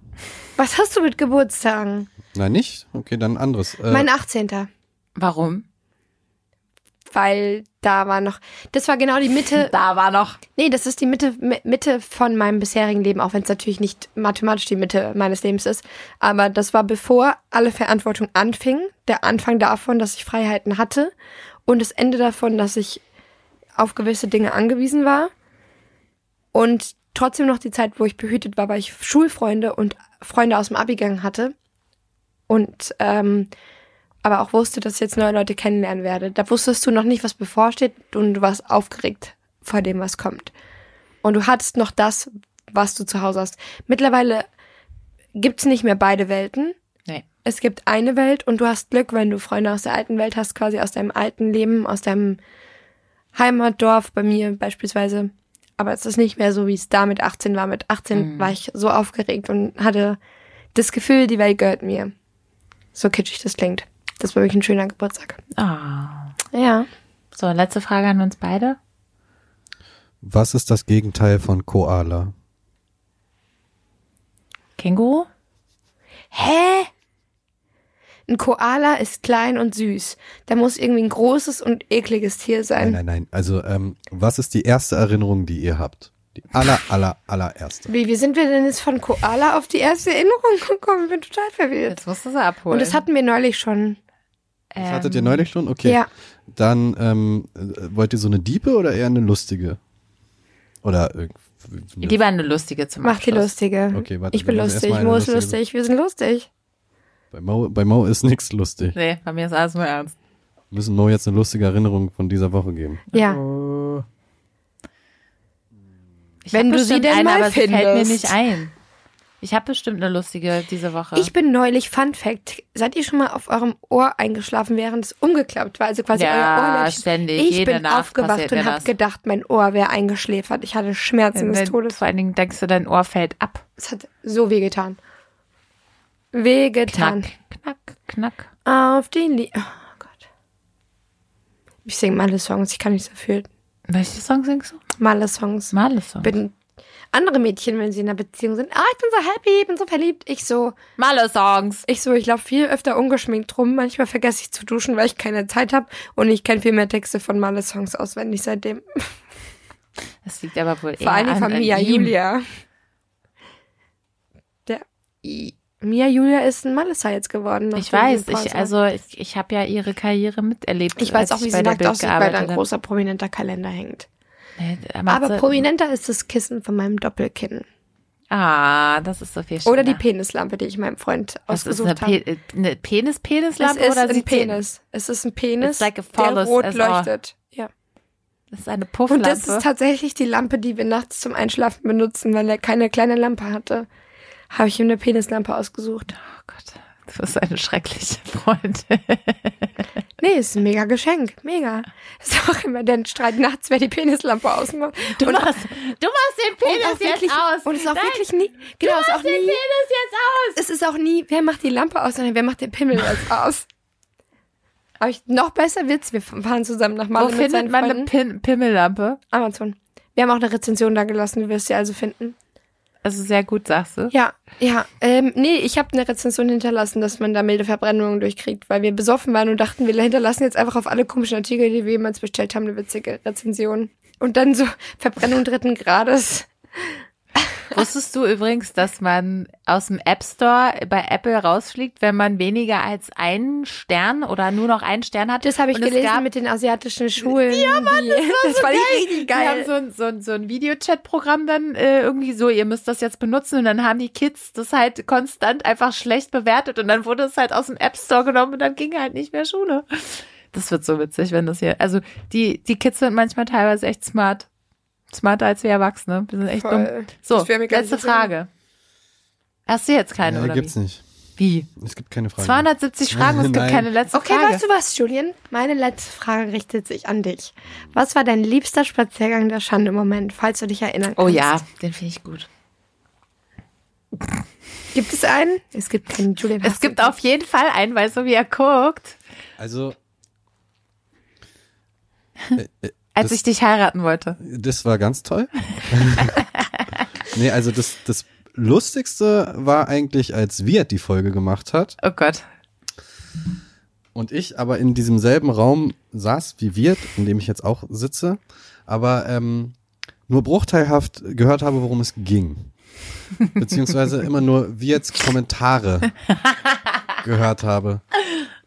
Speaker 2: Was hast du mit Geburtstagen?
Speaker 3: Nein, nicht? Okay, dann ein anderes. Äh,
Speaker 2: Mein 18.
Speaker 1: Warum?
Speaker 2: Weil da war noch, das war genau die Mitte,
Speaker 1: Da war noch.
Speaker 2: Nee, das ist die Mitte, Mi- Mitte von meinem bisherigen Leben, auch wenn es natürlich nicht mathematisch die Mitte meines Lebens ist. Aber das war bevor alle Verantwortung anfing. Der Anfang davon, dass ich Freiheiten hatte und das Ende davon, dass ich auf gewisse Dinge angewiesen war. Und trotzdem noch die Zeit, wo ich behütet war, weil ich Schulfreunde und Freunde aus dem Abigang hatte. Und ähm, aber auch wusste, dass ich jetzt neue Leute kennenlernen werde. Da wusstest du noch nicht, was bevorsteht und du warst aufgeregt vor dem, was kommt. Und du hattest noch das, was du zu Hause hast. Mittlerweile gibt's nicht mehr beide Welten.
Speaker 1: Nee.
Speaker 2: es gibt eine Welt und du hast Glück, wenn du Freunde aus der alten Welt hast, quasi aus deinem alten Leben, aus deinem Heimatdorf bei mir beispielsweise. Aber es ist nicht mehr so, wie es da mit 18 war. Mit 18 war ich so aufgeregt und hatte das Gefühl, die Welt gehört mir. So kitschig das klingt. Das war wirklich ein schöner Geburtstag.
Speaker 1: Ah.
Speaker 2: Ja.
Speaker 1: So, letzte Frage an uns beide.
Speaker 3: Was ist das Gegenteil von Koala?
Speaker 1: Känguru?
Speaker 2: Hä? Ein Koala ist klein und süß. Da muss irgendwie ein großes und ekliges Tier
Speaker 3: Nein,
Speaker 2: sein.
Speaker 3: nein, nein. Also, ähm, was ist die erste Erinnerung, die ihr habt? Die aller, aller, allererste.
Speaker 2: Wie, wie sind wir denn jetzt von Koala auf die erste Erinnerung gekommen? Ich bin total verwirrt.
Speaker 1: Jetzt musst du sie abholen. Ähm,
Speaker 2: Und das hatten wir neulich schon.
Speaker 3: Das hattet ihr neulich schon? Okay.
Speaker 2: Ja.
Speaker 3: Dann ähm, äh, wollt ihr so eine Diepe oder eher eine lustige? Oder ne, irgendwie. eine-
Speaker 1: Lieber eine lustige zum
Speaker 2: Mach die
Speaker 1: Abschluss.
Speaker 2: lustige.
Speaker 3: Okay, warte,
Speaker 2: ich bin
Speaker 3: wir müssen
Speaker 2: lustig,
Speaker 3: erstmal eine
Speaker 2: Mo ist
Speaker 3: lustige-
Speaker 2: lustig, wir sind lustig.
Speaker 3: Bei Mo, bei Mo ist nichts lustig.
Speaker 1: Nee, bei mir ist alles nur ernst.
Speaker 3: Wir müssen Mo jetzt eine lustige Erinnerung von dieser Woche geben.
Speaker 2: Ja.
Speaker 1: Ich
Speaker 2: Wenn
Speaker 1: hab
Speaker 2: du sie
Speaker 1: bestimmt
Speaker 2: denn
Speaker 1: eine,
Speaker 2: mal
Speaker 1: aber sie fällt mir
Speaker 2: findest.
Speaker 1: nicht ein. Ich habe bestimmt eine lustige diese Woche.
Speaker 2: Ich bin neulich, Fun Fact, seid ihr schon mal auf eurem Ohr eingeschlafen, während es umgeklappt war? Also quasi euer
Speaker 1: ja,
Speaker 2: Ohr.
Speaker 1: ständig.
Speaker 2: Ich
Speaker 1: jede
Speaker 2: bin
Speaker 1: Nacht
Speaker 2: aufgewacht
Speaker 1: passiert mir
Speaker 2: und
Speaker 1: das.
Speaker 2: habe gedacht, mein Ohr wäre eingeschläfert. Ich hatte Schmerzen des
Speaker 1: Wenn-
Speaker 2: Todes.
Speaker 1: Vor allen Dingen denkst du, dein Ohr fällt ab.
Speaker 2: Es hat so weh getan. Weh getan.
Speaker 1: Knack, knack, knack.
Speaker 2: Auf den Lie Oh Gott. Ich singe alle Songs, ich kann nichts dafür.
Speaker 1: Welche Song singst du?
Speaker 2: Male Songs.
Speaker 1: Male Song.
Speaker 2: Bin andere Mädchen, wenn sie in einer Beziehung sind. Ah, ich bin so happy, ich bin so verliebt. Ich so,
Speaker 1: Male Songs.
Speaker 2: ich so, ich laufe viel öfter ungeschminkt rum. Manchmal vergesse ich zu duschen, weil ich keine Zeit habe. Und ich kenne viel mehr Texte von Male Songs auswendig seitdem.
Speaker 1: Das liegt aber wohl eher
Speaker 2: Vor allen Dingen
Speaker 1: an,
Speaker 2: von
Speaker 1: an
Speaker 2: Mia
Speaker 1: ihm.
Speaker 2: Julia. Der I. Mia Julia ist ein Malessa jetzt geworden.
Speaker 1: Ich
Speaker 2: nachdem
Speaker 1: weiß,
Speaker 2: sie Pause
Speaker 1: ich,
Speaker 2: hat.
Speaker 1: also ich, ich habe ja ihre Karriere miterlebt.
Speaker 2: ich weiß
Speaker 1: als
Speaker 2: auch, wie
Speaker 1: bei
Speaker 2: sie
Speaker 1: der
Speaker 2: nackt
Speaker 1: Bild
Speaker 2: aussieht, weil da ein
Speaker 1: gearbeitet
Speaker 2: großer prominenter Kalender hängt.
Speaker 1: habe. Nee, macht
Speaker 2: Aber
Speaker 1: sie-
Speaker 2: prominenter ist das Kissen von meinem Doppelkinn.
Speaker 1: Ah, das ist so viel schöner.
Speaker 2: Oder die Penislampe, die ich meinem Freund
Speaker 1: Das ist eine,
Speaker 2: ausgesucht
Speaker 1: Pe
Speaker 2: habe.
Speaker 1: äh, eine penis penis
Speaker 2: Es
Speaker 1: lampe
Speaker 2: ist
Speaker 1: oder
Speaker 2: ein
Speaker 1: sieht sie-
Speaker 2: Penis. Es ist ein Penis,
Speaker 1: It's like a
Speaker 2: der
Speaker 1: phallus
Speaker 2: rot
Speaker 1: as
Speaker 2: leuchtet. Ja.
Speaker 1: Das ist eine
Speaker 2: Und
Speaker 1: Pufflampe.
Speaker 2: das ist tatsächlich die Lampe, die wir nachts zum Einschlafen benutzen, weil er keine kleine Lampe hatte. Habe ich ihm eine Penislampe ausgesucht.
Speaker 1: oh Gott, du bist eine schreckliche Freundin.
Speaker 2: Nee, ist ein mega Geschenk. Mega. Ist auch immer der Streit nachts, wer die Penislampe ausmacht.
Speaker 1: Du,
Speaker 2: und,
Speaker 1: machst, du machst den
Speaker 2: und
Speaker 1: Penis
Speaker 2: auch wirklich,
Speaker 1: jetzt aus.
Speaker 2: Und ist auch
Speaker 1: Nein,
Speaker 2: wirklich nie,
Speaker 1: du
Speaker 2: genau, ist auch
Speaker 1: machst den
Speaker 2: nie,
Speaker 1: Penis jetzt aus.
Speaker 2: es ist auch nie, wer macht die Lampe aus, sondern wer macht den Pimmel jetzt aus. Aber ich, noch besser wird's, wir fahren zusammen nach
Speaker 1: Wo
Speaker 2: Malle mit
Speaker 1: findet
Speaker 2: seinen
Speaker 1: man eine
Speaker 2: Freunden.
Speaker 1: Pin Pimmellampe?
Speaker 2: Amazon. Wir haben auch eine Rezension da gelassen, du wirst sie also finden.
Speaker 1: Also sehr gut, sagst du.
Speaker 2: Ja, ja. Ähm, nee, ich habe eine Rezension hinterlassen, dass man da milde Verbrennungen durchkriegt, weil wir besoffen waren und dachten, wir hinterlassen jetzt einfach auf alle komischen Artikel, die wir jemals bestellt haben, eine witzige Rezension. Und dann so Verbrennung dritten Grades.
Speaker 1: Wusstest du übrigens, dass man aus dem App Store bei Apple rausfliegt, wenn man weniger als einen Stern oder nur noch einen Stern hat?
Speaker 2: Das habe ich
Speaker 1: Und es
Speaker 2: gelesen
Speaker 1: gab-
Speaker 2: mit den asiatischen Schulen. Ja, Mann, das war, das so fand ich richtig
Speaker 1: Die
Speaker 2: geil.
Speaker 1: haben so ein, so ein, so ein Videochat-Programm dann äh, irgendwie so, ihr müsst das jetzt benutzen und dann haben die Kids das halt konstant einfach schlecht bewertet und dann wurde es halt aus dem App Store genommen und dann ging halt nicht mehr Schule. Das wird so witzig, wenn das hier. Also die, die Kids sind manchmal teilweise echt smart. Smarter als wir Erwachsene. Wir sind echt dumm.
Speaker 2: Voll.
Speaker 1: So,
Speaker 2: Das wär mir gar
Speaker 1: letzte
Speaker 2: nicht so-
Speaker 1: Frage. Hast du jetzt keine,
Speaker 3: Ja,
Speaker 1: oder
Speaker 3: gibt's
Speaker 1: wie?
Speaker 3: nicht.
Speaker 1: Wie?
Speaker 3: Es gibt keine Frage.
Speaker 1: 270 Fragen, es gibt
Speaker 3: Nein.
Speaker 1: keine letzte
Speaker 2: Okay,
Speaker 1: Frage.
Speaker 2: weißt du was, Julian? Meine letzte Frage richtet sich an dich. Was war dein liebster Spaziergang der Schande im Moment, falls du dich erinnern kannst?
Speaker 1: oh ja, den finde ich gut.
Speaker 2: Gibt es einen? Es gibt keinen Julian.
Speaker 1: Es
Speaker 2: hast
Speaker 1: gibt
Speaker 2: du-
Speaker 1: auf jeden Fall einen, weil so wie er guckt.
Speaker 3: Also, äh,
Speaker 1: Als
Speaker 3: Das-
Speaker 1: ich dich heiraten wollte.
Speaker 3: das war ganz toll. nee, also das, das Lustigste war eigentlich, als Wirt die Folge gemacht hat
Speaker 1: Oh Gott.
Speaker 3: und ich aber in diesem selben Raum saß wie Wirt, in dem ich jetzt auch sitze, aber ähm, nur bruchteilhaft gehört habe, worum es ging. Beziehungsweise immer nur Wirts Kommentare gehört habe.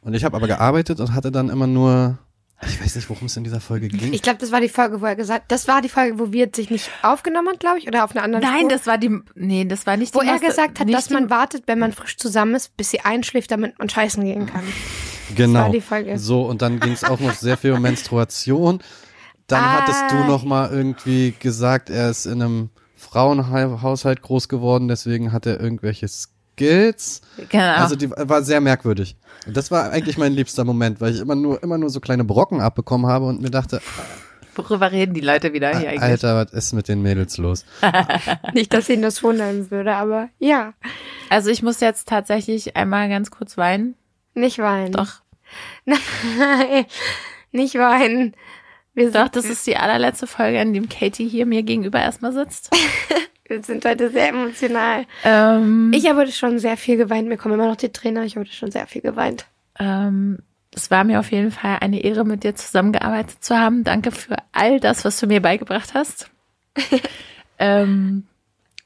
Speaker 3: Und ich habe aber gearbeitet und hatte dann immer nur, ich weiß nicht, worum es in dieser Folge ging.
Speaker 2: Ich glaube, das war die Folge, wo er gesagt, das war die Folge, wo wir sich nicht aufgenommen hat, glaube ich, oder auf einer anderen.
Speaker 1: Nein,
Speaker 2: Spur,
Speaker 1: das war die. Nee, das war nicht die
Speaker 2: wo er
Speaker 1: Masse-
Speaker 2: gesagt hat,
Speaker 1: nicht
Speaker 2: dass
Speaker 1: die-
Speaker 2: man wartet, wenn man frisch zusammen ist, bis sie einschläft, damit man scheißen gehen kann.
Speaker 3: Genau.
Speaker 2: war die Folge.
Speaker 3: So, und dann ging es auch noch sehr viel um Menstruation. Dann
Speaker 2: Ah.
Speaker 3: hattest du noch mal irgendwie gesagt, er ist in einem Frauenhaushalt groß geworden, deswegen hat er irgendwelche Skills.
Speaker 1: Genau.
Speaker 3: Also die war sehr merkwürdig. Und das war eigentlich mein liebster Moment, weil ich immer nur, immer nur so kleine Brocken abbekommen habe und mir dachte,
Speaker 1: Worüber reden die Leute wieder hier eigentlich?
Speaker 3: Alter, was ist mit den Mädels los?
Speaker 2: Nicht, dass ihn das wundern würde, aber ja,
Speaker 1: Also ich muss jetzt tatsächlich einmal ganz kurz weinen.
Speaker 2: nicht weinen.
Speaker 1: Doch,
Speaker 2: Nein, nicht weinen. Wir
Speaker 1: doch,
Speaker 2: sind,
Speaker 1: das ist die allerletzte Folge, in dem Katie hier mir gegenüber erstmal sitzt.
Speaker 2: wir sind heute sehr emotional.
Speaker 1: ähm,
Speaker 2: Ich habe heute schon sehr viel geweint. Mir kommen immer noch die Tränen, aber ich habe heute schon sehr viel geweint.
Speaker 1: ähm, es war mir auf jeden Fall eine Ehre, mit dir zusammengearbeitet zu haben. Danke für all das, was du mir beigebracht hast. ähm,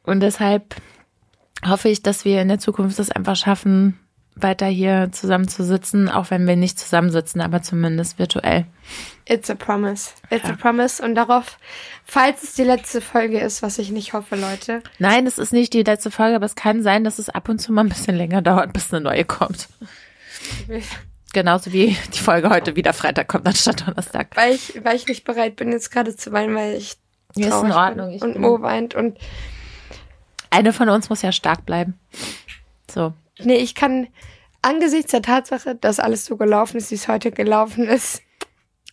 Speaker 1: und deshalb hoffe ich, dass wir in der Zukunft es einfach schaffen, weiter hier zusammen zu sitzen, auch wenn wir nicht zusammensitzen, aber zumindest virtuell.
Speaker 2: It's a promise. It's
Speaker 1: Ja.
Speaker 2: a promise. Und darauf, falls es die letzte Folge ist, was ich nicht hoffe, Leute.
Speaker 1: Nein, es ist nicht die letzte Folge, aber es kann sein, dass es ab und zu mal ein bisschen länger dauert, bis eine neue kommt. Genauso wie die Folge heute wieder Freitag kommt anstatt Donnerstag.
Speaker 2: Weil ich, weil ich nicht bereit bin, jetzt gerade zu weinen, weil ich
Speaker 1: Mir ist in
Speaker 2: traurig
Speaker 1: Ordnung,
Speaker 2: Bin.
Speaker 1: ich
Speaker 2: Und
Speaker 1: bin-
Speaker 2: Mo weint. Und
Speaker 1: Eine von uns muss ja stark bleiben. So.
Speaker 2: nee, ich kann angesichts der Tatsache, dass alles so gelaufen ist, wie es heute gelaufen ist,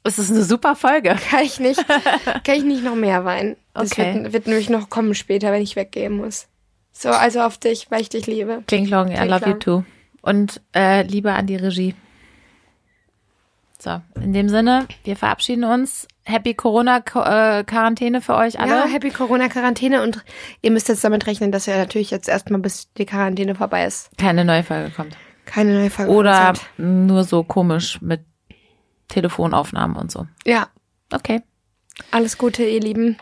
Speaker 1: Es ist eine super Folge.
Speaker 2: kann ich nicht, kann ich nicht noch mehr weinen. Das
Speaker 1: Okay.
Speaker 2: wird, wird nämlich noch kommen später, wenn ich weggehen muss. So, also auf dich, weil ich dich liebe.
Speaker 1: Klinglong, I
Speaker 2: Kling
Speaker 1: love you
Speaker 2: Klong.
Speaker 1: too. Und äh, Liebe an die Regie. So, in dem Sinne, wir verabschieden uns. Happy Corona-Quarantäne für euch alle.
Speaker 2: Ja, happy Corona-Quarantäne und ihr müsst jetzt damit rechnen, dass ihr natürlich jetzt erstmal, bis die Quarantäne vorbei ist,
Speaker 1: Keine neue Folge kommt.
Speaker 2: keine neue Folge
Speaker 1: Oder
Speaker 2: produziert.
Speaker 1: nur so komisch mit Telefonaufnahmen und so.
Speaker 2: Ja,
Speaker 1: Okay.
Speaker 2: alles Gute, ihr Lieben.